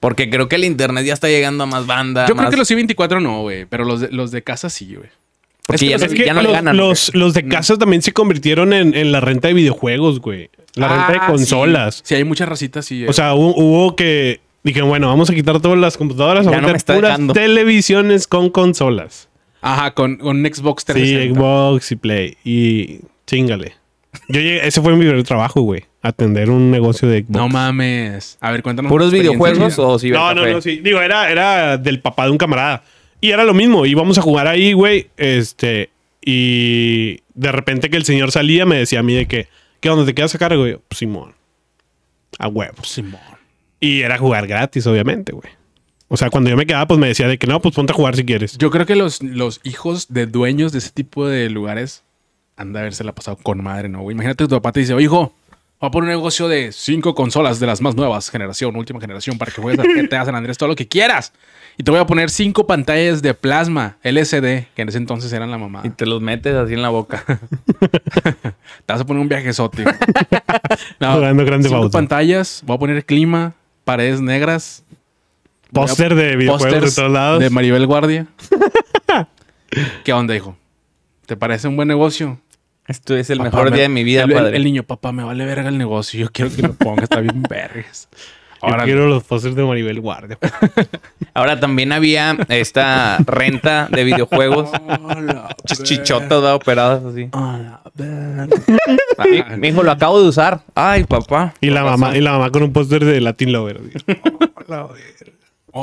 Speaker 3: Porque creo que el internet ya está llegando a más bandas.
Speaker 2: Yo creo que los I-24 no, güey. Pero los de, los de casa sí, güey.
Speaker 3: Porque ya,
Speaker 1: Es
Speaker 3: no,
Speaker 1: que
Speaker 3: ya no le
Speaker 1: los,
Speaker 3: ganan.
Speaker 1: los, los de casa también se convirtieron en, en la renta de videojuegos, güey. La renta de
Speaker 2: Ah,
Speaker 1: consolas.
Speaker 2: Sí, Sí, hay muchas racitas sí.
Speaker 1: O sea, hubo, hubo que dijeron, bueno, vamos a quitar todas las computadoras,
Speaker 3: Ya
Speaker 1: vamos a
Speaker 3: no me
Speaker 1: meter
Speaker 3: está
Speaker 1: puras
Speaker 3: dejando.
Speaker 1: televisiones con consolas.
Speaker 2: Ajá, con, con Xbox
Speaker 1: Sí,
Speaker 2: 360.
Speaker 1: Xbox y Play. Y chingale. Yo llegué- ese fue mi primer trabajo, güey. Atender un negocio de Xbox.
Speaker 2: No mames. A ver, cuéntanos.
Speaker 3: ¿Puros
Speaker 2: tu experiencia.
Speaker 3: videojuegos o
Speaker 1: No,
Speaker 3: cibercafé?
Speaker 1: no, no, sí. Digo, era, era del papá de un camarada. Y era lo mismo. Íbamos a jugar ahí, güey. Este. Y de repente que el señor salía, me decía a mí de que, ¿qué onda? ¿Te quedas a cargo? Y yo, "Pues, Simón. A huevos.
Speaker 2: Simón.
Speaker 1: Y era jugar gratis, obviamente, güey. O sea, cuando yo me quedaba, pues me decía de que no, pues ponte a jugar si quieres.
Speaker 2: Yo creo que los, los hijos de dueños de ese tipo de lugares han de haberse la pasado con madre, ¿no? güey? Imagínate tu papá te dice, "Oye, hijo, voy a poner un negocio de cinco consolas de las más nuevas, generación, última generación, para que juegues a GTA San Andrés, todo lo que quieras. Y te voy a poner cinco pantallas de plasma LCD, que en ese entonces eran la mamá.
Speaker 3: Y te los metes así en la boca.
Speaker 2: Te vas a poner un viajezote. güey. no,
Speaker 1: Jugando Grand Theft
Speaker 2: cinco
Speaker 1: Auto.
Speaker 2: pantallas, voy a poner clima, paredes negras,
Speaker 1: Póster de videojuegos de
Speaker 2: pues, pósters
Speaker 1: todos lados.
Speaker 2: de Maribel Guardia. ¿Qué onda, hijo? ¿Te parece un buen negocio?
Speaker 3: Esto es el
Speaker 2: Papá,
Speaker 3: mejor
Speaker 2: me-
Speaker 3: día de mi vida,
Speaker 2: el, el-
Speaker 3: padre.
Speaker 2: el niño, papá, me vale verga el negocio. Yo quiero que lo ponga, está bien vergas.
Speaker 1: Yo
Speaker 2: Órale.
Speaker 1: quiero los pósters de Maribel Guardia.
Speaker 3: Ahora también había esta renta de videojuegos. Chis- Chichotas ¿verdad? operadas así. Ah, mi- Mi hijo lo acabo de usar. Ay, papá.
Speaker 1: Y la mamá, y la mamá con un póster de Latin Lover.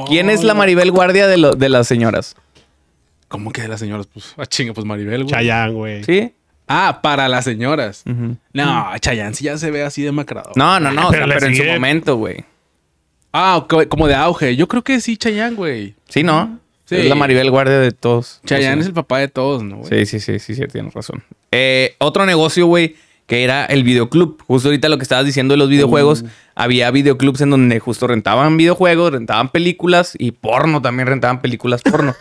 Speaker 3: ¿Quién es la Maribel Guardia de, lo- de las señoras?
Speaker 2: ¿Cómo que de las señoras? Pues, ah, chinga, pues Maribel, güey.
Speaker 1: Chayán, güey.
Speaker 3: ¿Sí?
Speaker 2: Ah, para las señoras.
Speaker 3: Ujú.
Speaker 2: No, Chayanne sí ya se ve así demacrado.
Speaker 3: No, no, no. o sea,
Speaker 1: Pero
Speaker 3: Pero,
Speaker 1: le
Speaker 3: en su
Speaker 1: sigue-
Speaker 3: momento, güey.
Speaker 2: Ah, ok, como de auge. Yo creo que sí, Chayanne, güey.
Speaker 3: Sí, ¿no?
Speaker 2: Sí.
Speaker 3: Es la Maribel Guardia de todos.
Speaker 2: Chayanne es
Speaker 3: Pues Sí.
Speaker 2: el papá de todos, ¿no, güey?
Speaker 3: Sí, sí, sí, sí, sí, tienes razón. Eh, otro negocio, güey, que era el videoclub. Justo ahorita lo que estabas diciendo de los videojuegos,
Speaker 1: Mm.
Speaker 3: había videoclubs en donde justo rentaban videojuegos, rentaban películas y porno también rentaban películas porno.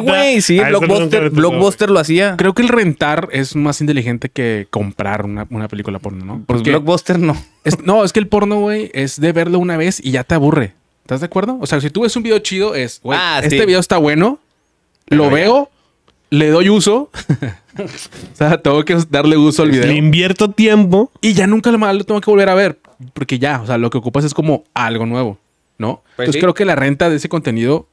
Speaker 1: Neta.
Speaker 3: güey, sí,
Speaker 1: A eso nunca
Speaker 3: Blockbuster,
Speaker 1: me tocó,
Speaker 3: Blockbuster lo hacía.
Speaker 2: Creo que el rentar es más inteligente que comprar una, una película porno, ¿no?
Speaker 3: Pues
Speaker 2: Porque
Speaker 3: Blockbuster no.
Speaker 2: es- no, es que el porno, güey, es de verlo una vez y ya te aburre. ¿Estás de acuerdo? O sea, si tú ves un video chido, es, güey,
Speaker 3: Ah,
Speaker 2: este
Speaker 3: sí.
Speaker 2: video está bueno, lo veo, le doy uso. o sea, tengo que darle uso al video.
Speaker 1: Le invierto tiempo.
Speaker 2: Y ya nunca lo, lo tengo que volver a ver. Porque ya, o sea, lo que ocupas es como algo nuevo, ¿no?
Speaker 3: Pues
Speaker 2: Entonces
Speaker 3: sí.
Speaker 2: creo que la renta de ese contenido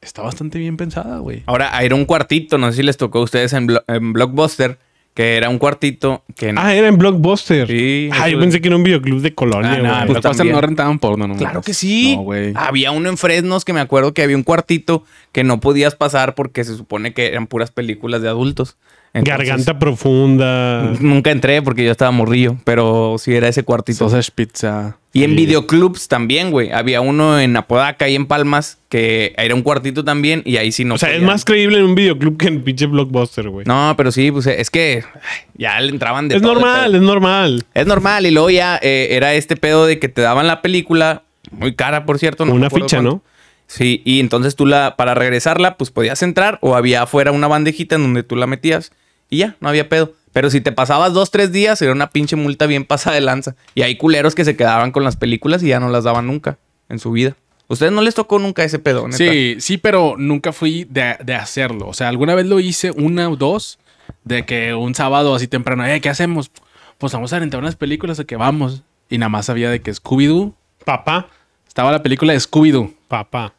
Speaker 2: está bastante bien pensada, güey.
Speaker 3: Ahora, era un cuartito, no sé si les tocó a ustedes en, Blo- en Blockbuster, que era un cuartito que... no-
Speaker 1: Ah, era en Blockbuster.
Speaker 3: Sí,
Speaker 1: Ah, yo
Speaker 3: eso-
Speaker 1: pensé que era un videoclub de colonia,
Speaker 3: Ah, no,
Speaker 1: güey.
Speaker 2: Pues pasa,
Speaker 3: también.
Speaker 2: no rentaban porno, ¿no?
Speaker 3: Claro que sí.
Speaker 2: No, güey.
Speaker 3: había uno en Fresnos que me acuerdo que había un cuartito que no podías pasar porque se supone que eran puras películas de adultos. Entonces,
Speaker 1: Garganta profunda.
Speaker 3: Nunca entré porque yo estaba morrillo, pero sí era ese cuartito.
Speaker 2: Sausage pizza.
Speaker 3: y en
Speaker 1: sí.
Speaker 3: videoclubs también, güey. Había uno en Apodaca y en Palmas que era un cuartito también y ahí sí no.
Speaker 1: o sea, es
Speaker 3: podían.
Speaker 1: más creíble en un videoclub que en pinche Blockbuster, güey.
Speaker 3: No, pero sí, pues es que ay, ya le entraban de
Speaker 1: es
Speaker 3: todo, de
Speaker 1: normal,
Speaker 3: todo.
Speaker 1: es normal.
Speaker 3: Es normal. Y luego ya eh, era este pedo de que te daban la película, muy cara, por cierto. no me
Speaker 1: Una
Speaker 3: acuerdo
Speaker 1: ficha,
Speaker 3: cuánto.
Speaker 1: ¿no?
Speaker 3: Sí, y entonces tú la, para regresarla, pues podías entrar o había afuera una bandejita en donde tú la metías y ya, no había pedo. Pero si te pasabas dos, tres días, era una pinche multa bien pasada de lanza. Y hay culeros que se quedaban con las películas y ya no las daban nunca en su vida. ¿Ustedes no les tocó nunca ese pedo, neta?
Speaker 2: Sí, sí, pero nunca fui de, de hacerlo. O sea, alguna vez lo hice una o dos de que un sábado así temprano, eh, ¿qué hacemos? Pues vamos a rentar unas películas a que vamos. Y nada más sabía de que Scooby-Doo,
Speaker 1: Papá,
Speaker 2: estaba la película de Scooby-Doo,
Speaker 1: papá.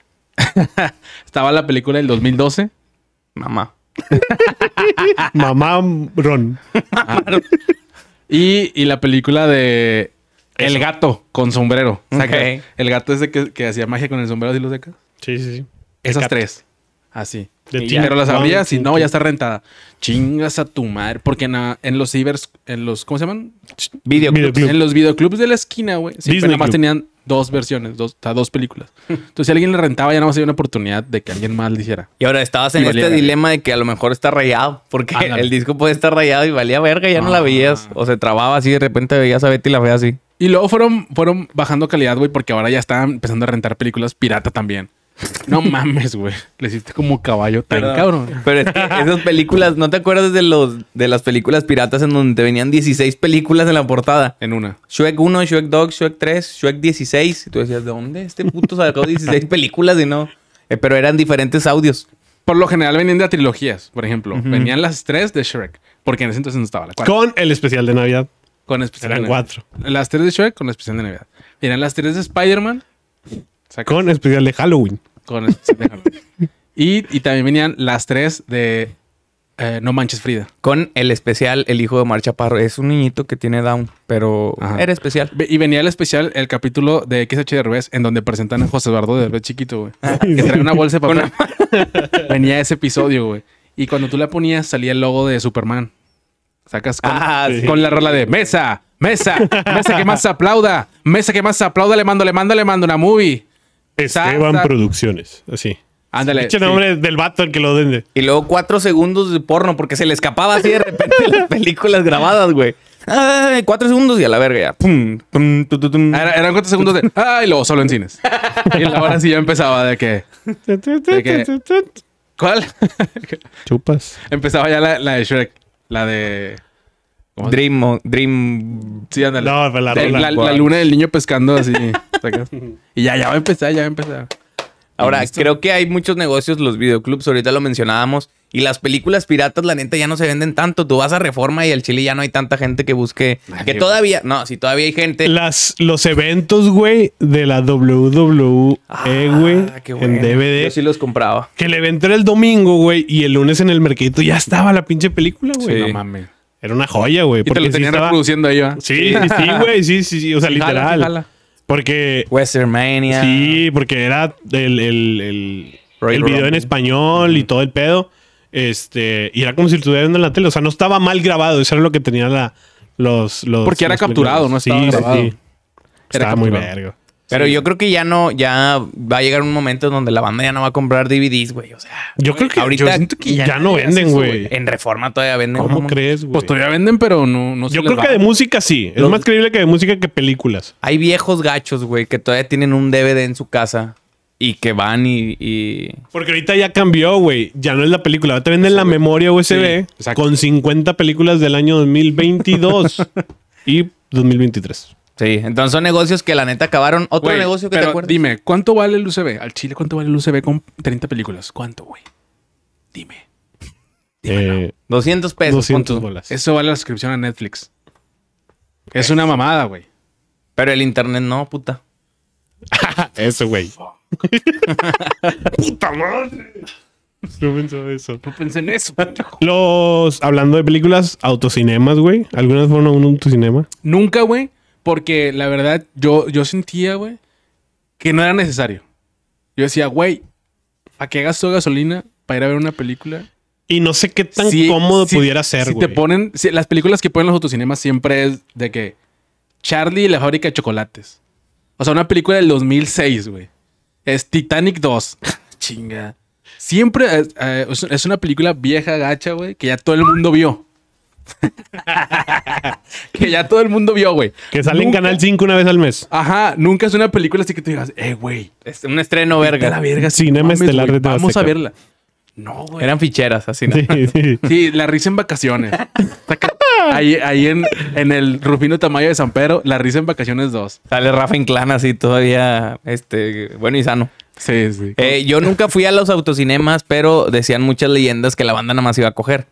Speaker 2: estaba la película del 2012.
Speaker 3: Mamá.
Speaker 1: Mamá Ron.
Speaker 2: Y, y la película de El
Speaker 1: Eso.
Speaker 2: gato con sombrero. Saca.
Speaker 3: Ok.
Speaker 2: El gato ese que, que hacía magia con el sombrero, ¿sí lo saca?
Speaker 1: Sí, sí, sí.
Speaker 2: Esas
Speaker 1: Cat.
Speaker 2: tres. Así.
Speaker 1: De
Speaker 2: Y
Speaker 1: Tim
Speaker 2: pero las
Speaker 1: Brown,
Speaker 2: abrías y
Speaker 1: Tim
Speaker 2: no,
Speaker 1: Tim.
Speaker 2: ya está rentada. Chingas a tu madre. Porque na- en los cibers, en los, ¿cómo se llaman?
Speaker 3: Videoclub.
Speaker 1: Videoclub.
Speaker 2: En los videoclubs de la esquina, güey. Siempre
Speaker 1: Disney
Speaker 2: nada más
Speaker 1: Club.
Speaker 2: tenían dos versiones, dos, o sea, dos películas. Entonces, si alguien le rentaba, ya nada más había una oportunidad de que alguien más le hiciera.
Speaker 3: Y ahora estabas en
Speaker 2: Y valía
Speaker 3: este
Speaker 2: verga.
Speaker 3: dilema de que a lo mejor está rayado, porque
Speaker 2: Ándale.
Speaker 3: el disco puede estar rayado y valía verga, ya no la
Speaker 2: Ah.
Speaker 3: veías. O se trababa así, de repente veías a Betty y la veías así.
Speaker 2: Y luego fueron, fueron bajando calidad, güey, porque ahora ya están empezando a rentar películas pirata también. No mames, güey. Le hiciste como caballo tan
Speaker 3: Perdón.
Speaker 2: cabrón.
Speaker 3: Pero es que esas películas, ¿no te acuerdas de los de las películas piratas en donde te venían 16 películas en la portada?
Speaker 2: En una.
Speaker 3: Shrek 1, Shrek 2, Shrek 3, Shrek 16. Y tú decías, ¿de dónde este puto sacó 16 películas? Y no. Eh, pero eran diferentes audios.
Speaker 2: Por lo general venían de trilogías, por ejemplo.
Speaker 3: Ujú.
Speaker 2: Venían las tres de Shrek, porque en ese entonces no estaba la cuarta.
Speaker 1: Con el especial de Navidad.
Speaker 2: Con especial
Speaker 1: Eran
Speaker 2: de Navidad.
Speaker 1: cuatro.
Speaker 2: Las tres de Shrek con especial de Navidad. Venían las tres de Spider-Man. sacas,
Speaker 1: Con el especial de Halloween.
Speaker 2: con especial de Navidad. y, y también venían las tres de eh, No Manches Frida.
Speaker 3: Con el especial El Hijo de Omar Chaparro. Es un niñito que tiene Down, pero
Speaker 2: Ajá.
Speaker 3: era especial.
Speaker 2: Ve- Y venía el especial, el capítulo de XH Derbez, en donde presentan a José Eduardo Derbez chiquito, güey. Que trae una bolsa de papel. venía ese episodio, güey. Y cuando tú la ponías, salía el logo de Superman. Sacas con,
Speaker 3: Ah, sí.
Speaker 2: con la rola de mesa, mesa, mesa que más se aplauda, mesa que más se aplauda, le mando, le mando, le mando una movie.
Speaker 1: Esteban
Speaker 2: Sa- sa-
Speaker 1: Producciones. Así.
Speaker 2: Ándale.
Speaker 1: Pinche
Speaker 2: sí.
Speaker 1: nombre del vato el que lo vende.
Speaker 3: Y luego cuatro segundos de porno, porque se le escapaba así de repente las películas grabadas, güey. Ay, cuatro segundos y a la verga ya. Pum, pum, tu, tu, tum.
Speaker 2: Ah, era- eran cuántos segundos de. ¡Ay, luego solo en cines! Y la hora sí ya empezaba de que. que- ¿Cuál?
Speaker 1: Chupas.
Speaker 2: empezaba ya la, la de Shrek. La de. ¿Cómo se-
Speaker 3: Ah, Dream, o- Dream.
Speaker 2: Sí, ándale.
Speaker 1: No, pero la
Speaker 2: De-
Speaker 1: rola.
Speaker 2: la, la luna del niño pescando así. ¿sacas? y ya, ya va a empezar, ya va a empezar.
Speaker 3: Ahora,
Speaker 2: ¿Listo?
Speaker 3: creo que hay muchos negocios, los videoclubs, ahorita lo mencionábamos, y las películas piratas, la neta, ya no se venden tanto. Tú vas a Reforma y al Chile ya no hay tanta gente que busque.
Speaker 2: Nadie,
Speaker 3: que
Speaker 2: güey.
Speaker 3: todavía, no, si todavía hay gente.
Speaker 1: Las, los eventos, güey, de la WWE, güey,
Speaker 3: Ah, qué
Speaker 1: en
Speaker 3: bueno.
Speaker 1: DVD.
Speaker 3: Yo sí los compraba.
Speaker 1: Que el evento era el domingo, güey, y el lunes en el mercadito ya estaba la pinche película, güey.
Speaker 3: Sí.
Speaker 2: No mames.
Speaker 1: Era una joya, güey.
Speaker 2: Y te lo
Speaker 1: porque sí
Speaker 2: tenían
Speaker 1: estaba-
Speaker 2: reproduciendo ahí, ¿va?
Speaker 1: Sí, sí, güey, sí, sí, sí, o sea,
Speaker 3: Sí, jala,
Speaker 1: literal.
Speaker 3: sí, jala.
Speaker 1: Porque
Speaker 3: Westermania.
Speaker 1: Sí, porque era el, el- el-
Speaker 3: Royal
Speaker 1: el video en
Speaker 3: Rumble.
Speaker 1: español y todo el pedo. Este, y era como si lo estuviera viendo en la tele. O sea, no estaba mal grabado. Eso era lo que tenía la, los, los-
Speaker 2: Porque era
Speaker 1: los
Speaker 2: capturado,
Speaker 1: películas.
Speaker 2: no estaba grabado. Era
Speaker 1: Estaba muy
Speaker 2: capturado.
Speaker 1: vergo.
Speaker 3: Pero yo creo que ya no, ya va a llegar un momento donde la banda ya no va a comprar DVDs, güey. O sea,
Speaker 1: Yo creo que
Speaker 3: ahorita
Speaker 1: yo siento que ya, no venden, güey.
Speaker 3: en Reforma todavía venden.
Speaker 1: ¿Cómo
Speaker 3: como-
Speaker 1: crees, güey?
Speaker 2: Pues todavía venden, pero no, no se
Speaker 1: Yo
Speaker 2: les
Speaker 1: creo
Speaker 2: va.
Speaker 1: que de música sí. Es
Speaker 3: Los-
Speaker 1: más creíble que de música que películas.
Speaker 3: Hay viejos gachos, güey, que todavía tienen un DVD en su casa y que van y. y-
Speaker 1: Porque ahorita ya cambió, güey. Ya no es la película. Ahora te venden la memoria USB
Speaker 2: Sí, exacto.
Speaker 1: con 50 películas del año 2022 y 2023.
Speaker 3: Sí, entonces son negocios que la neta acabaron. Otro
Speaker 2: Güey,
Speaker 3: negocio que te
Speaker 2: pero
Speaker 3: acuerdas.
Speaker 2: Dime, ¿cuánto vale el UCB? Al Chile, ¿cuánto vale el UCB con 30 películas? ¿Cuánto, güey? Dime.
Speaker 1: Eh,
Speaker 3: 200 pesos.
Speaker 1: 200
Speaker 3: pon tú.
Speaker 1: bolas.
Speaker 2: Eso vale la suscripción a Netflix. Es una mamada, güey.
Speaker 3: Pero el internet no, puta.
Speaker 1: Eso, güey. Puta madre. No pensaba eso.
Speaker 2: No pensé en eso.
Speaker 1: Los, hablando de películas, autocinemas, güey. Algunas fueron a un autocinema.
Speaker 2: Nunca, güey. Porque la verdad, yo, yo sentía, güey, que no era necesario. Yo decía, güey, ¿para qué gasto gasolina para ir a ver una película?
Speaker 1: Y no sé qué tan
Speaker 2: Si-
Speaker 1: cómodo
Speaker 2: si-
Speaker 1: pudiera ser,
Speaker 2: Si
Speaker 1: güey.
Speaker 2: te ponen, si- las películas que ponen los autocinemas siempre es de que Charlie y la fábrica de chocolates. O sea, una película del 2006, güey. Es Titanic 2. Chinga. Siempre eh, eh, es, es una película vieja, gacha, güey, que ya todo el mundo vio. que ya todo el mundo vio, güey.
Speaker 1: que sale
Speaker 2: Nunca-
Speaker 1: en Canal 5 una vez al mes.
Speaker 2: Ajá, nunca es una película así que tú digas, eh, güey,
Speaker 3: Es Este, un estreno
Speaker 2: vete a la
Speaker 3: verga.
Speaker 2: verga. sí,
Speaker 1: Cinema
Speaker 2: no mames,
Speaker 1: estelar
Speaker 2: güey,
Speaker 1: de
Speaker 2: Vamos
Speaker 1: Azteca.
Speaker 2: a verla. No, güey.
Speaker 3: Eran ficheras, así, ¿no?
Speaker 1: Sí, sí.
Speaker 2: Sí, la risa en vacaciones. Saca- ahí ahí en, en el Rufino Tamayo de San Pedro, la risa en vacaciones 2.
Speaker 3: Sale Rafa Inclán así todavía, este, bueno y sano.
Speaker 2: Sí, sí.
Speaker 3: Eh, yo nunca fui a los autocinemas, pero decían muchas leyendas que la banda nada más iba a coger.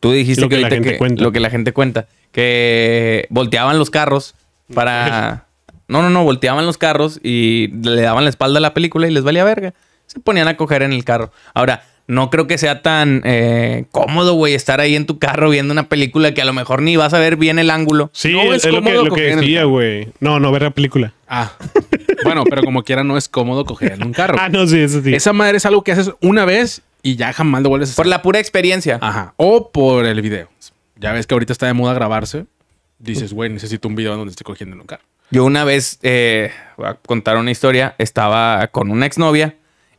Speaker 3: Tú dijiste
Speaker 1: Lo
Speaker 3: que,
Speaker 1: que la
Speaker 3: ahorita
Speaker 1: gente
Speaker 3: que-
Speaker 1: cuenta.
Speaker 3: lo que la gente cuenta, que volteaban los carros para No, no, no, volteaban los carros y le daban la espalda a la película y les valía verga. Se ponían a coger en el carro. Ahora, no creo que sea tan eh, cómodo, güey, estar ahí en tu carro viendo una película que a lo mejor ni vas a ver bien el ángulo.
Speaker 1: Sí,
Speaker 2: No
Speaker 1: es,
Speaker 2: es
Speaker 1: es lo que,
Speaker 2: cómodo
Speaker 1: lo que
Speaker 2: coger en el
Speaker 1: decía, güey. No, no ver la película.
Speaker 2: Ah. Bueno, pero como quiera no es cómodo coger en un carro.
Speaker 1: Ah, no, sí, eso sí.
Speaker 2: Esa madre es algo que haces una vez y ya jamás lo vuelves a hacer.
Speaker 3: Por la pura experiencia.
Speaker 2: Ajá. O por el video. Ya ves que ahorita está de moda grabarse. Dices, güey, necesito un video donde esté cogiendo en un carro.
Speaker 3: Yo una vez, eh, voy a contar una historia, estaba con una exnovia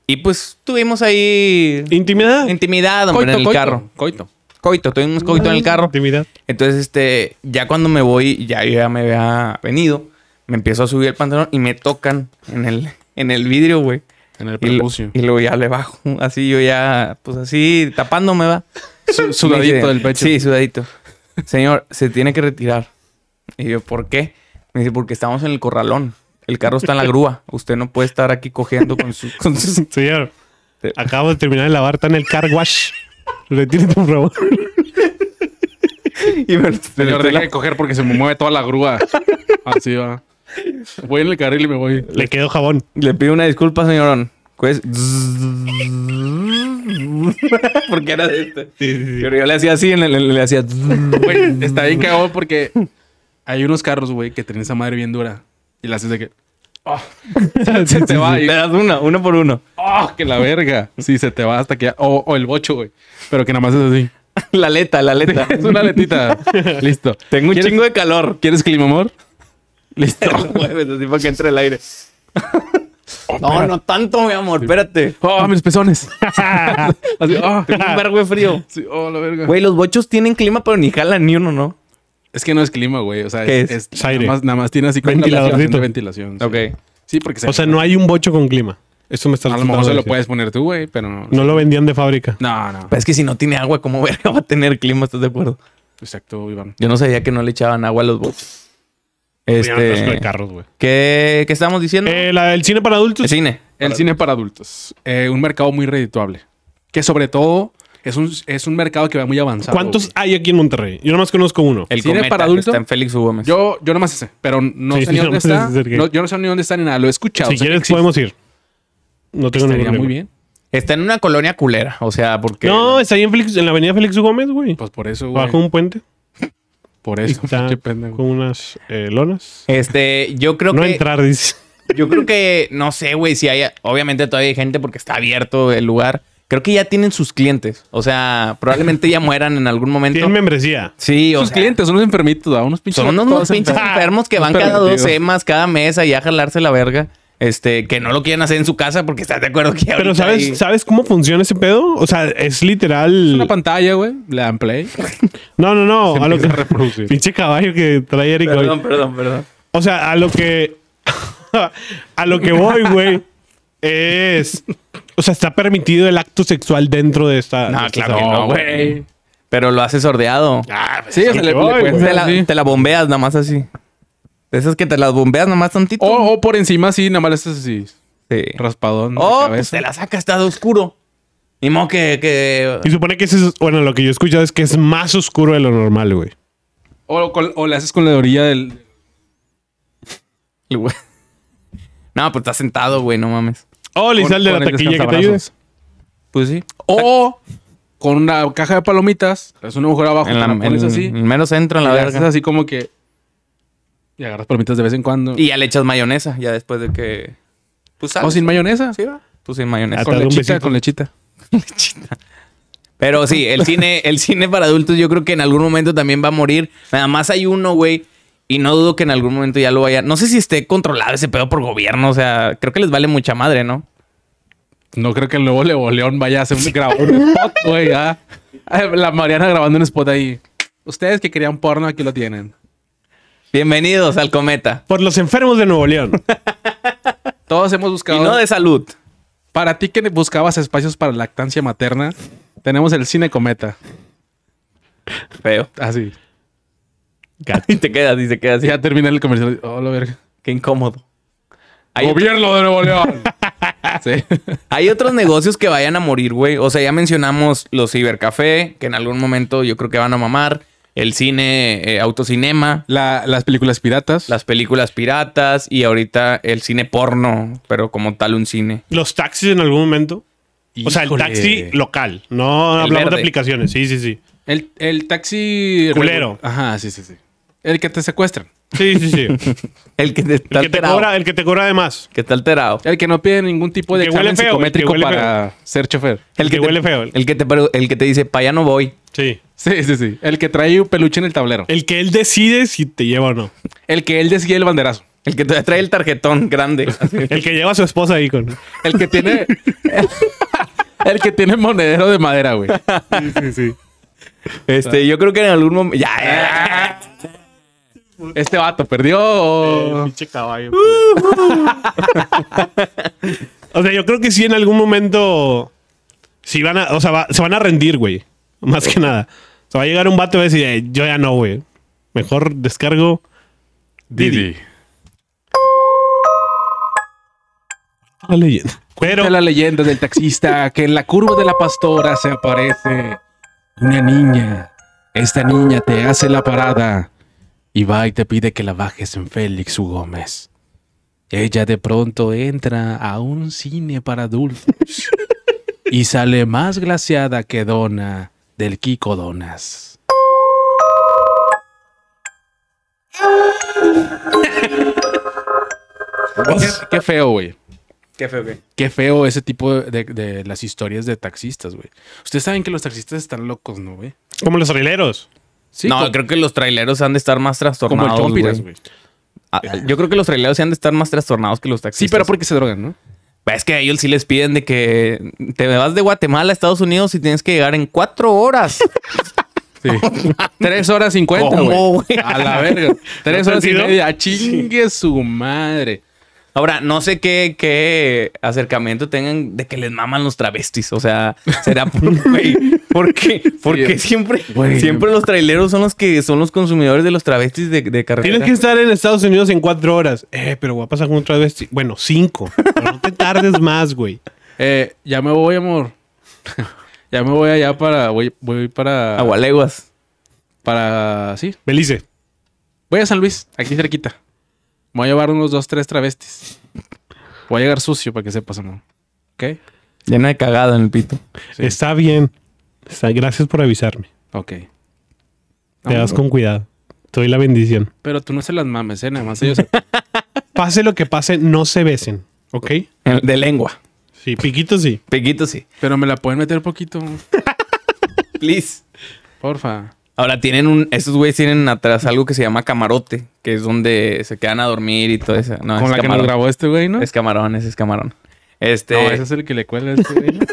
Speaker 3: y pues tuvimos ahí
Speaker 1: Intimidad.
Speaker 3: intimidad hombre, en el carro.
Speaker 2: Coito.
Speaker 3: Coito, tuvimos coito en el carro.
Speaker 1: Intimidad.
Speaker 3: Entonces, este, ya cuando me voy, ya yo ya me había venido, me empiezo a subir el pantalón y me tocan en el, en el vidrio, güey.
Speaker 2: En el
Speaker 3: Y, lo-
Speaker 2: prepucio.
Speaker 3: y luego ya le bajo, así yo ya, pues así, tapándome va.
Speaker 2: Su- Sudadito
Speaker 3: Me dice,
Speaker 2: del pecho.
Speaker 3: Sí, sudadito. Señor, se tiene que retirar. Y yo, ¿por qué? Me dice, porque estamos en el corralón. El carro está en la grúa. Usted no puede estar aquí cogiendo con su... con sus-".
Speaker 1: Señor,
Speaker 3: Sí.
Speaker 1: acabo de terminar de lavar, está en el car wash. Retírate, por favor.
Speaker 3: Y me-
Speaker 2: Señor,
Speaker 3: me-
Speaker 2: deja de coger porque se me mueve toda la grúa. Así va. Voy en el carril y me voy.
Speaker 1: Le quedó jabón.
Speaker 3: Le pido una disculpa, señorón. Pues... porque era de este. Pero yo le hacía así, en el- le, hacía...
Speaker 2: Güey, está bien cagado porque hay unos carros, güey, que tienen esa madre bien dura. Y la haces de que. "Oh", se te va
Speaker 3: Le
Speaker 2: y.
Speaker 3: das una, uno por uno.
Speaker 2: ¡Oh, que la verga! Sí, se te va hasta que. ya- O, o el bocho, güey. Pero que nada más es así.
Speaker 3: La aleta, la aleta.
Speaker 2: Es una letita. Listo.
Speaker 3: Tengo un
Speaker 2: ¿Quieres-
Speaker 3: chingo de calor.
Speaker 2: ¿Quieres climamor? Listo.
Speaker 3: Lo mueves así para que entre el aire. Oh, No, no tanto, mi amor. Espérate.
Speaker 2: ¡Oh, mis pezones! así, ¡oh!
Speaker 3: Tengo un vergo de frío.
Speaker 2: Sí, ¡Oh, la verga!
Speaker 3: Güey, los bochos tienen clima, pero ni jalan ni uno, ¿no?
Speaker 2: Es que no es clima, güey. O sea,
Speaker 3: ¿Qué
Speaker 2: es,
Speaker 3: es?
Speaker 2: es-
Speaker 1: Es aire.
Speaker 2: Nada más, nada más tiene así como una
Speaker 1: Ventiladorcito.
Speaker 2: aplicación de ventilación. sí. Sí, porque se-
Speaker 1: O sea, no hay un bocho con clima. Eso me está
Speaker 2: A lo
Speaker 1: tratando
Speaker 2: mejor se
Speaker 1: de
Speaker 2: lo
Speaker 1: decir.
Speaker 2: puedes poner tú, güey, pero no.
Speaker 1: No Pues lo vendían de fábrica.
Speaker 2: No, no.
Speaker 3: Pero es que si no tiene agua, ¿cómo verga va a tener clima? ¿Estás de acuerdo?
Speaker 2: Exacto, Iván.
Speaker 3: Yo no sabía que no le echaban agua a los bochos.
Speaker 1: Este... de
Speaker 3: Este,
Speaker 1: carros, güey.
Speaker 3: ¿qué, ¿Qué estamos diciendo?
Speaker 1: Eh, la del cine para
Speaker 3: el
Speaker 1: adultos.
Speaker 3: cine.
Speaker 2: El cine para adultos. Eh, un mercado muy redituable. Que sobre todo es un, es un mercado que va muy avanzado.
Speaker 1: ¿Cuántos
Speaker 2: güey.
Speaker 1: hay aquí en Monterrey? Yo nomás conozco uno.
Speaker 3: El
Speaker 2: ¿Cine
Speaker 3: cometa
Speaker 2: para
Speaker 3: que
Speaker 2: adulto?
Speaker 3: Está en Félix U. Gómez.
Speaker 2: Yo, yo nomás sé, pero no
Speaker 1: Sí,
Speaker 2: sé ni
Speaker 1: sí,
Speaker 2: dónde
Speaker 1: nomás
Speaker 2: está.
Speaker 1: es el que-
Speaker 2: No, yo no sé ni dónde está ni nada. Lo he escuchado.
Speaker 1: si
Speaker 2: sé que
Speaker 1: quieres
Speaker 2: existe.
Speaker 1: podemos ir. No tengo ningún
Speaker 2: Estaría
Speaker 1: problema.
Speaker 2: muy bien.
Speaker 3: Está en una colonia culera. O sea, porque.
Speaker 1: No, está ahí en, Félix- en la avenida Félix U. Gómez, güey.
Speaker 2: Pues por eso, güey.
Speaker 1: Bajo un puente.
Speaker 2: Por eso.
Speaker 1: Está
Speaker 2: Qué pendejo.
Speaker 1: con unas eh, lonas.
Speaker 3: Este, yo creo
Speaker 1: No
Speaker 3: que.
Speaker 1: entrar, dice.
Speaker 3: Yo creo que, no sé, güey, si hay, obviamente todavía hay gente porque está abierto el lugar. Creo que ya tienen sus clientes. O sea, probablemente ya mueran en algún momento.
Speaker 1: Tienen membresía.
Speaker 3: Sí, o
Speaker 2: Sus
Speaker 3: sea,
Speaker 2: clientes son unos enfermitos, ¿verdad? unos pinches.
Speaker 3: son unos,
Speaker 2: todos Ah,
Speaker 3: pinches
Speaker 2: enfermos.
Speaker 3: enfermos que van
Speaker 2: Enfermos,
Speaker 3: cada dos
Speaker 2: digo.
Speaker 3: semanas, cada mes allá a jalarse la verga. Este, que no lo quieren hacer en su casa porque estás de acuerdo que
Speaker 1: Pero
Speaker 3: ahorita
Speaker 1: ¿sabes,
Speaker 3: hay-
Speaker 1: ¿sabes cómo funciona ese pedo? O sea, es literal...
Speaker 2: Es Una pantalla, güey. Le dan play.
Speaker 1: No, no, no. A lo que...
Speaker 2: empieza a reproducir.
Speaker 1: Pinche caballo que trae Eric hoy.
Speaker 3: Perdón, perdón, perdón.
Speaker 1: O sea, a lo que. a lo que voy, güey. Es. O sea, está permitido el acto sexual dentro de esta.
Speaker 3: No,
Speaker 1: de esta
Speaker 3: claro que
Speaker 1: sala.
Speaker 3: no, güey. pues Pero lo haces sordeado.
Speaker 2: Ah, Sí, o sea, le, le
Speaker 1: voy,
Speaker 2: puedes
Speaker 1: güey.
Speaker 2: hacer
Speaker 3: te, la,
Speaker 2: así.
Speaker 3: te la bombeas nada más así. De esas que te las bombeas nada más tantito.
Speaker 2: O, o por encima, sí, nada más le haces así.
Speaker 3: Sí.
Speaker 2: Raspadón. de
Speaker 3: Oh, pues
Speaker 2: cabeza.
Speaker 3: te la saca, está de oscuro. Ni modo que, que-
Speaker 1: Y supone que ese es. Bueno, lo que yo he escuchado es que es más oscuro de lo normal, güey.
Speaker 2: O, con- o le haces con la orilla del.
Speaker 3: No, pues estás sentado, güey, no mames.
Speaker 1: Oh, le
Speaker 2: con-
Speaker 1: hice al de
Speaker 2: con
Speaker 1: la
Speaker 2: el
Speaker 1: taquilla que te ayude.
Speaker 2: descansabrazos.
Speaker 3: Pues sí.
Speaker 2: O con una caja de palomitas. Es una mujer abajo.
Speaker 3: En,
Speaker 2: te
Speaker 3: la,
Speaker 2: la
Speaker 3: en,
Speaker 2: pones así.
Speaker 3: en mero centro, en la
Speaker 2: y le haces
Speaker 3: verga.
Speaker 2: así como que. Y agarras palomitas de vez en cuando.
Speaker 3: Y ya le echas mayonesa, ya después de que. Pues
Speaker 2: o
Speaker 3: sales.
Speaker 2: sin mayonesa.
Speaker 3: Sí, va. Pues sin mayonesa.
Speaker 1: Hasta
Speaker 2: Con
Speaker 1: dar un
Speaker 2: lechita,
Speaker 1: besito.
Speaker 2: con lechita.
Speaker 3: Pero sí, el cine, el cine para adultos yo creo que en algún momento también va a morir. Nada más hay uno, güey. Y no dudo que en algún momento ya lo vaya. No sé si esté controlado ese pedo por gobierno. O sea, creo que les vale mucha madre, ¿no?
Speaker 2: No creo que el nuevo Levo León vaya a hacer un, grabar un spot, güey. ah. La Mariana grabando un spot ahí. Ustedes que querían porno, aquí lo tienen.
Speaker 3: Bienvenidos al cometa.
Speaker 1: Por los enfermos de Nuevo León.
Speaker 2: Todos hemos buscado.
Speaker 3: Y no de salud.
Speaker 2: Para ti que buscabas espacios para lactancia materna, tenemos el cine cometa.
Speaker 3: Feo.
Speaker 2: Así.
Speaker 3: Y te quedas, y te quedas.
Speaker 2: Ya terminé el comercial. Oh, la verga.
Speaker 3: ah, Qué incómodo. Hay,
Speaker 2: Gobierno de Nuevo León. sí.
Speaker 3: hay otros negocios que vayan a morir, güey. O sea, ya mencionamos los cibercafé, que en algún momento yo creo que van a mamar. El cine, eh, autocinema,
Speaker 2: La- las películas piratas.
Speaker 3: las películas piratas y ahorita el cine porno, pero como tal un cine.
Speaker 1: los taxis en algún momento. O sea, el
Speaker 2: Híjole.
Speaker 1: taxi local. No
Speaker 3: El
Speaker 1: hablamos
Speaker 3: verde.
Speaker 1: de aplicaciones. Sí, sí, sí.
Speaker 2: El, el taxi.
Speaker 1: Culero.
Speaker 2: Ajá, sí, sí, sí. El que te secuestran.
Speaker 1: Sí, sí, sí.
Speaker 3: El que te está
Speaker 1: el, que te
Speaker 3: alterado.
Speaker 1: cobra, el que te cobra de más.
Speaker 3: Que está alterado.
Speaker 2: El que no pide ningún tipo de
Speaker 1: El que huele feo,
Speaker 2: examen
Speaker 1: el que
Speaker 2: psicométrico
Speaker 1: huele
Speaker 2: para ser chofer.
Speaker 1: El que
Speaker 3: te-
Speaker 1: huele feo.
Speaker 3: El que te, pero el que te dice, para allá no voy.
Speaker 1: Sí.
Speaker 2: Sí, sí, sí. El que trae un peluche en el tablero.
Speaker 1: El que él decide si te lleva o no.
Speaker 2: El que él decía el banderazo.
Speaker 3: El que te trae el tarjetón grande. Así.
Speaker 1: El que lleva a su esposa ahí con.
Speaker 2: El que tiene. el que tiene monedero de madera, güey.
Speaker 1: Sí, sí, sí.
Speaker 3: Este, yo creo que en algún momento. Ya, ya. eh.
Speaker 2: Este vato perdió.
Speaker 1: Pinche caballo. pues. o sea, yo creo que sí en algún momento. Sí van a. O sea, va- se van a rendir, güey. Más que nada. O sea, va a llegar un vato y va a decir, "Eh, yo ya no, güey. Mejor descargo. Didi. La leyenda. Pero.
Speaker 2: Cuenta la leyenda del taxista que en la curva de la pastora se aparece una niña. Esta niña te hace la parada y va y te pide que la bajes en Félix U. Gómez. Ella de pronto entra a un cine para adultos y sale más glaciada que Dona del Kiko Donas. Qué feo, güey.
Speaker 3: Qué feo, güey.
Speaker 2: Qué feo ese tipo de, de- de las historias de taxistas, güey. Ustedes saben que los taxistas están locos, ¿no, güey?
Speaker 1: Como los traileros.
Speaker 2: Sí,
Speaker 3: no,
Speaker 2: como,
Speaker 3: creo que los traileros han de estar más
Speaker 2: como el
Speaker 3: trastornados.
Speaker 2: Chompiras,
Speaker 3: güey.
Speaker 2: güey.
Speaker 3: Ah, ah, Yo creo que los traileros sí han de estar más trastornados que
Speaker 2: Eh,
Speaker 3: los
Speaker 2: Sí,
Speaker 3: taxistas.
Speaker 2: pero porque se drogan, ¿no?
Speaker 3: Es que a ellos sí les piden de que te vas de Guatemala a Estados Unidos y tienes que llegar en cuatro horas.
Speaker 2: Sí. Tres horas cincuenta,
Speaker 3: ¿Cómo,
Speaker 2: güey.
Speaker 3: güey?
Speaker 2: A la verga. Tres
Speaker 1: ¿No
Speaker 2: horas y
Speaker 1: entendido?
Speaker 2: media. Chingue su madre.
Speaker 3: Ahora, no sé qué, qué acercamiento tengan de que les maman los travestis. O sea, será por, güey, ¿por qué? Porque siempre,
Speaker 2: Güey.
Speaker 3: siempre los traileros son los que son los consumidores de los travestis de, de carretera.
Speaker 1: Tienes que estar en Estados Unidos en cuatro horas. Eh, pero voy a pasar con otra vez. Bueno, cinco. Pero no te tardes más, güey.
Speaker 2: Eh, ya me voy, amor. ya me voy allá para. Voy, voy
Speaker 3: Ah,
Speaker 2: para.
Speaker 3: Agualeguas.
Speaker 2: Para. Sí.
Speaker 1: Belice.
Speaker 2: Voy a San Luis, aquí cerquita. Me voy a llevar unos dos, tres travestis. Voy a llegar sucio para que sepas, amor. ¿Ok?
Speaker 3: Llena de cagada en el pito.
Speaker 2: Sí.
Speaker 1: Está bien. Está- gracias por avisarme.
Speaker 2: Ok.
Speaker 1: Te vas con cuidado. Te doy la bendición.
Speaker 2: Pero tú no se las mames, ¿eh? Nada más ellos.
Speaker 1: Pase lo que pase, no se besen. ¿Ok?
Speaker 3: En- De lengua.
Speaker 1: Sí, piquito sí.
Speaker 3: Piquito sí.
Speaker 2: Pero me la pueden meter poquito.
Speaker 3: Please.
Speaker 2: Porfa.
Speaker 3: Ahora tienen un. Estos güeyes tienen atrás algo que se llama camarote, que es donde se quedan a dormir y todo eso. No,
Speaker 2: con
Speaker 3: es
Speaker 2: la que nos
Speaker 3: camarón.
Speaker 2: grabó este güey, ¿no?
Speaker 3: Es camarón, ese es camarón. Este.
Speaker 2: No, ese es el que le cuelga a este güey, ¿no?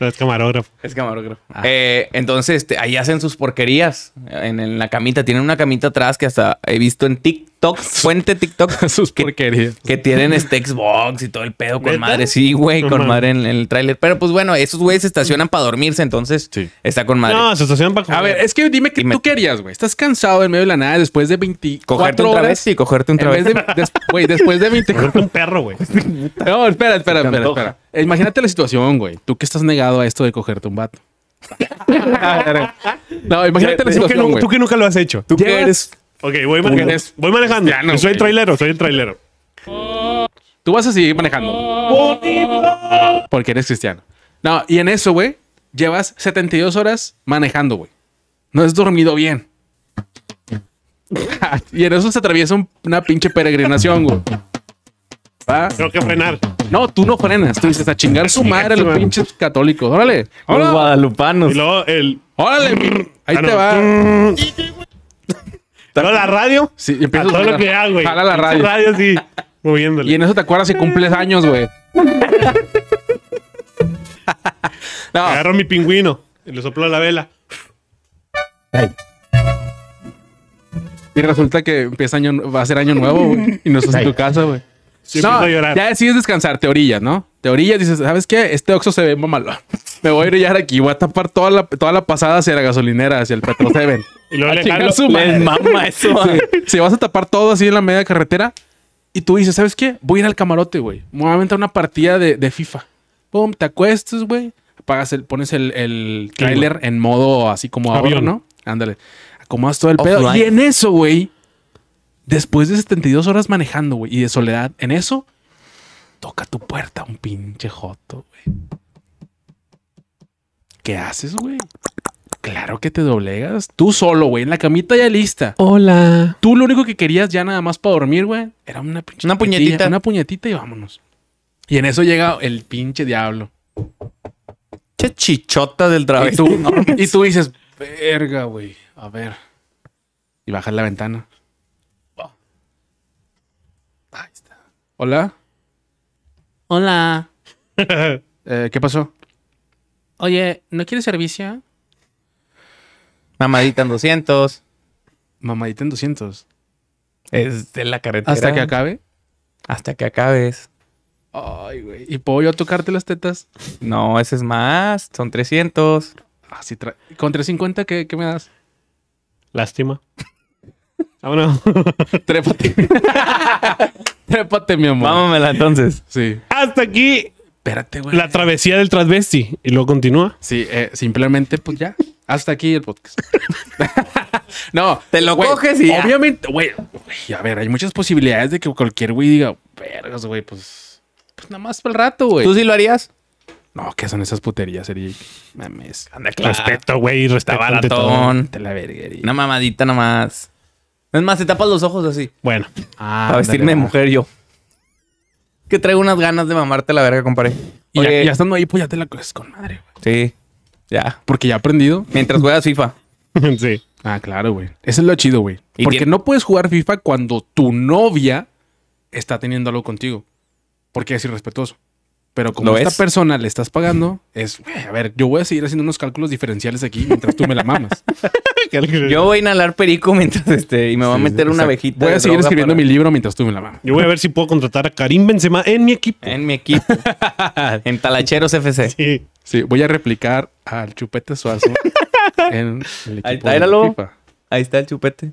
Speaker 1: No es camarógrafo.
Speaker 3: Es camarógrafo.
Speaker 2: Ah.
Speaker 3: Eh, entonces, este, ahí hacen sus porquerías en, en la camita. Tienen una camita atrás que hasta he visto en TikTok, fuente TikTok,
Speaker 2: Sus
Speaker 3: que,
Speaker 2: porquerías.
Speaker 3: que tienen este Xbox y todo el pedo con
Speaker 1: ¿Neta?
Speaker 3: madre. Sí, güey,
Speaker 1: No
Speaker 3: con
Speaker 1: mames.
Speaker 3: madre en, en el tráiler. Pero pues bueno, esos güeyes se estacionan para dormirse, entonces
Speaker 2: Sí.
Speaker 3: está con madre.
Speaker 1: No, se estacionan para
Speaker 2: A ver, es que dime que
Speaker 3: Dime.
Speaker 2: tú querías, güey. Estás cansado en medio de la nada después de 24
Speaker 3: cogerte un
Speaker 2: horas.
Speaker 3: travesti y cogerte un
Speaker 2: En vez
Speaker 3: travesti.
Speaker 2: de- des- güey, después de 24
Speaker 1: Cogerte un perro,
Speaker 2: Pues
Speaker 1: güey.
Speaker 2: No, espera, espera,
Speaker 3: Se te
Speaker 2: espera,
Speaker 3: antoja.
Speaker 2: espera. Imagínate la situación, güey. Tú que estás negado a esto de cogerte un vato. no, imagínate la
Speaker 1: Tú que,
Speaker 2: situación,
Speaker 1: nu-
Speaker 2: güey.
Speaker 1: tú que nunca lo has hecho.
Speaker 3: Tú que
Speaker 2: Llegas-
Speaker 3: eres
Speaker 1: Ok, voy manejando.
Speaker 2: eres
Speaker 1: Voy manejando.
Speaker 2: cristiano,
Speaker 1: soy
Speaker 2: güey.
Speaker 1: trailero, soy el trailero.
Speaker 2: Tú vas a seguir manejando. Porque eres cristiano. No, y en eso, güey, llevas 72 horas manejando, güey. No has dormido bien. y en eso se atraviesa un- una pinche peregrinación, güey. Va.
Speaker 1: Tengo que frenar.
Speaker 2: No, tú no frenas. Tú dices a chingar su madre a los pinches católicos. Órale.
Speaker 3: un
Speaker 2: ¡Hola!
Speaker 3: guadalupano.
Speaker 1: Y luego el.
Speaker 2: Órale. Ahí
Speaker 1: Ah,
Speaker 2: te
Speaker 1: no.
Speaker 2: va.
Speaker 1: Luego la radio.
Speaker 2: Sí, y
Speaker 1: A
Speaker 2: empiezas
Speaker 1: todo
Speaker 2: jalar-
Speaker 1: lo que da, güey.
Speaker 2: Jala la
Speaker 1: Pinche
Speaker 2: radio.
Speaker 1: radio sí.
Speaker 2: Y
Speaker 1: Moviéndole.
Speaker 2: en eso te acuerdas si cumples años, güey. no,
Speaker 1: Agarro mi pingüino. Y le soplo la vela.
Speaker 2: y resulta que empieza año, va a ser año nuevo, güey. Y no estás en tu casa, güey.
Speaker 1: Sí,
Speaker 2: No,
Speaker 1: empiezo a llorar.
Speaker 2: ya decides descansar, te orillas, ¿no? Te orillas, dices, ¿sabes qué? Este Oxxo se ve mamalón. Me voy a orillar aquí, voy a tapar toda la, toda la pasada hacia la gasolinera, hacia el Petro Seven.
Speaker 1: Y luego
Speaker 2: A
Speaker 1: le
Speaker 2: chingar
Speaker 1: jalo.
Speaker 2: su madre.
Speaker 3: Les mama eso.
Speaker 2: Si vas a tapar todo así en la media carretera y tú dices, ¿sabes qué? Voy a ir al camarote, güey. Me voy a aventar una partida de, de FIFA. Pum, te acuestas, güey. Apagas el, pones el, el trailer en modo así como ahora,
Speaker 1: Avión.
Speaker 2: ¿no? Ándale. Acomodas todo el pedo.
Speaker 3: Offline.
Speaker 2: Y en eso, güey, después de 72 horas manejando, güey, y de soledad, en eso, toca tu puerta un pinche joto, güey. ¿Qué haces, güey? Claro que te doblegas. Tú solo, güey, en la camita ya lista.
Speaker 3: Hola.
Speaker 2: Tú lo único que querías ya nada más para dormir, güey, era una pinche
Speaker 3: Una
Speaker 2: tetilla,
Speaker 3: puñetita.
Speaker 2: Una puñetita y vámonos. Y en eso llega el pinche diablo.
Speaker 3: Che chichota del
Speaker 2: Y
Speaker 3: travesti.
Speaker 2: tú, y tú dices, verga, güey. A ver. Y bajas la ventana. Oh. Ahí está. Hola.
Speaker 4: Hola.
Speaker 2: eh, ¿Qué pasó?
Speaker 4: Oye, ¿no quieres servicio?
Speaker 3: Mamadita en 200.
Speaker 2: Mamadita en 200.
Speaker 3: Es de la carretera.
Speaker 2: Hasta que acabe.
Speaker 3: Hasta que acabes.
Speaker 2: Ay, güey. ¿Y puedo yo tocarte las tetas?
Speaker 3: No, ese es más. Son 300.
Speaker 2: Ah, sí, tra- Con 350, ¿qué, qué me das?
Speaker 1: Lástima. Vámonos.
Speaker 2: Trépate. Trépate, mi amor.
Speaker 3: Vámonos entonces.
Speaker 2: Sí.
Speaker 1: Hasta aquí
Speaker 2: Espérate, güey.
Speaker 1: la travesía del transvesti. Y luego continúa.
Speaker 2: Sí, eh, simplemente, pues ya. Hasta aquí el podcast. no.
Speaker 3: Te lo
Speaker 2: güey,
Speaker 3: coges y ya.
Speaker 2: Obviamente, güey. güey, A ver, hay muchas posibilidades de que cualquier güey diga, vergas, güey, pues. Pues nada más para el rato, güey.
Speaker 3: ¿Tú sí lo harías?
Speaker 2: No, ¿qué son esas puterías, Eric? Mames.
Speaker 3: Anda,
Speaker 1: Respeto, güey. Respeto ante todo.
Speaker 3: baratón.
Speaker 2: Te la verga, Eric.
Speaker 3: Una mamadita nomás. Es más, te tapas los ojos así.
Speaker 1: Bueno.
Speaker 2: Ah,
Speaker 3: Para vestirme de
Speaker 2: ándale,
Speaker 3: mujer yo. Que traigo unas ganas de mamarte la verga, compadre.
Speaker 2: va. Y
Speaker 3: Oye,
Speaker 2: ya, ya estando ahí, pues ya te la coges con madre, güey.
Speaker 3: Sí. Ya.
Speaker 2: Porque ya he aprendido.
Speaker 3: Mientras juegas FIFA.
Speaker 1: sí.
Speaker 2: Ah, claro, güey. Eso es lo chido, güey.
Speaker 3: Y
Speaker 2: Porque
Speaker 3: tiene-
Speaker 2: no puedes jugar FIFA cuando tu novia está teniendo algo contigo. Porque es irrespetuoso. Pero como
Speaker 3: Lo
Speaker 2: a esta
Speaker 3: es.
Speaker 2: persona le estás pagando, es, güey, a ver, yo voy a seguir haciendo unos cálculos diferenciales aquí mientras tú me la mamas.
Speaker 3: Yo voy a inhalar perico mientras este. Y me va a
Speaker 2: Sí,
Speaker 3: meter una
Speaker 2: exacto.
Speaker 3: abejita.
Speaker 2: Voy
Speaker 3: de
Speaker 2: a seguir
Speaker 3: droga
Speaker 2: escribiendo
Speaker 3: para-
Speaker 2: mi libro mientras tú me la mamas.
Speaker 1: Yo voy a ver si puedo contratar a Karim Benzema en mi equipo.
Speaker 3: En mi equipo. en Talacheros FC.
Speaker 1: Sí.
Speaker 2: Sí, voy a replicar al Chupete Suazo en el equipo
Speaker 3: Ahí está,
Speaker 2: de
Speaker 3: míralo.
Speaker 2: FIFA.
Speaker 3: Ahí está el chupete.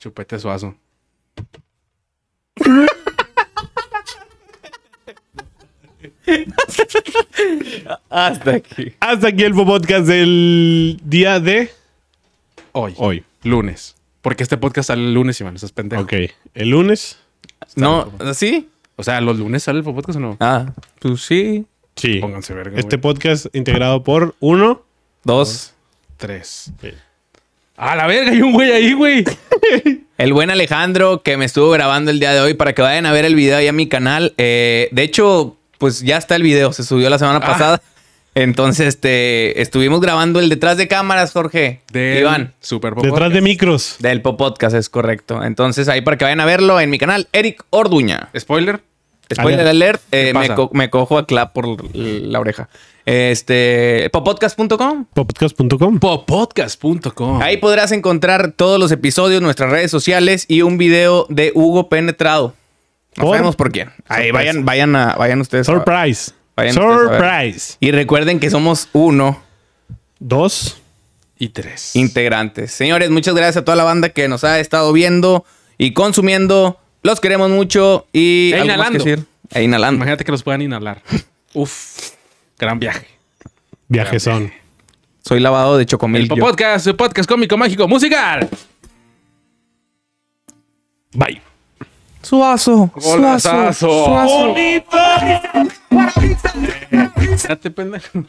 Speaker 2: Chupete Suazo.
Speaker 3: Hasta aquí.
Speaker 1: Hasta aquí el podcast del día de
Speaker 2: Hoy.
Speaker 1: hoy.
Speaker 2: Lunes. Porque este podcast sale el lunes, Iván. Estás pendejo.
Speaker 1: Ok. El lunes.
Speaker 3: No, ¿sí?
Speaker 2: O sea, ¿los lunes sale el podcast o no?
Speaker 3: Ah, pues sí.
Speaker 1: Sí.
Speaker 2: Pónganse verga,
Speaker 1: Este
Speaker 2: güey.
Speaker 1: podcast integrado por uno.
Speaker 3: Dos.
Speaker 2: Tres. ¡A la verga! Hay un güey ahí, güey.
Speaker 3: El buen Alejandro que me estuvo grabando el día de hoy para que vayan a ver el video ahí a mi canal. Eh, de hecho, pues ya está el video, se subió la semana
Speaker 2: Ah.
Speaker 3: pasada. Entonces, este, estuvimos grabando el detrás de cámaras, Jorge.
Speaker 2: Del
Speaker 3: Iván.
Speaker 2: Super
Speaker 1: Detrás de micros.
Speaker 3: Del Popodcast, es correcto. Entonces, ahí para que vayan a verlo en mi canal, Eric Orduña.
Speaker 2: Spoiler.
Speaker 3: Spoiler
Speaker 1: Ale-
Speaker 3: alert, eh,
Speaker 2: ¿Qué
Speaker 3: me,
Speaker 2: pasa?
Speaker 3: co- me cojo a clap por l- la oreja. Este, popodcast.com.
Speaker 1: Podcast.com.
Speaker 2: Popodcast.com.
Speaker 3: Ahí podrás encontrar todos los episodios, nuestras redes sociales y un video de Hugo penetrado. No
Speaker 1: Por-
Speaker 3: sabemos por quién. Ahí
Speaker 1: Sorpresa.
Speaker 3: vayan, vayan a, vayan ustedes. a-
Speaker 1: Surprise.
Speaker 3: Vayan ustedes a ver.
Speaker 1: Surprise.
Speaker 3: y recuerden que somos uno
Speaker 1: Dos.
Speaker 2: Y tres.
Speaker 3: integrantes. Señores, muchas gracias a toda la banda que nos ha estado viendo y consumiendo. Los queremos mucho y
Speaker 2: E
Speaker 3: ¿algo más que
Speaker 2: inhalando.
Speaker 3: decir? E inhalando.
Speaker 2: Imagínate que los puedan inhalar. Uf. Gran viaje.
Speaker 1: Viajes son.
Speaker 3: Soy lavado de chocomil.
Speaker 2: El
Speaker 3: yo.
Speaker 2: Popodcast, el podcast cómico, mágico, musical.
Speaker 1: Bye.
Speaker 3: Suazo.
Speaker 2: Golazazo.
Speaker 3: Suazo. Suazo.
Speaker 2: Espérate, pendejo.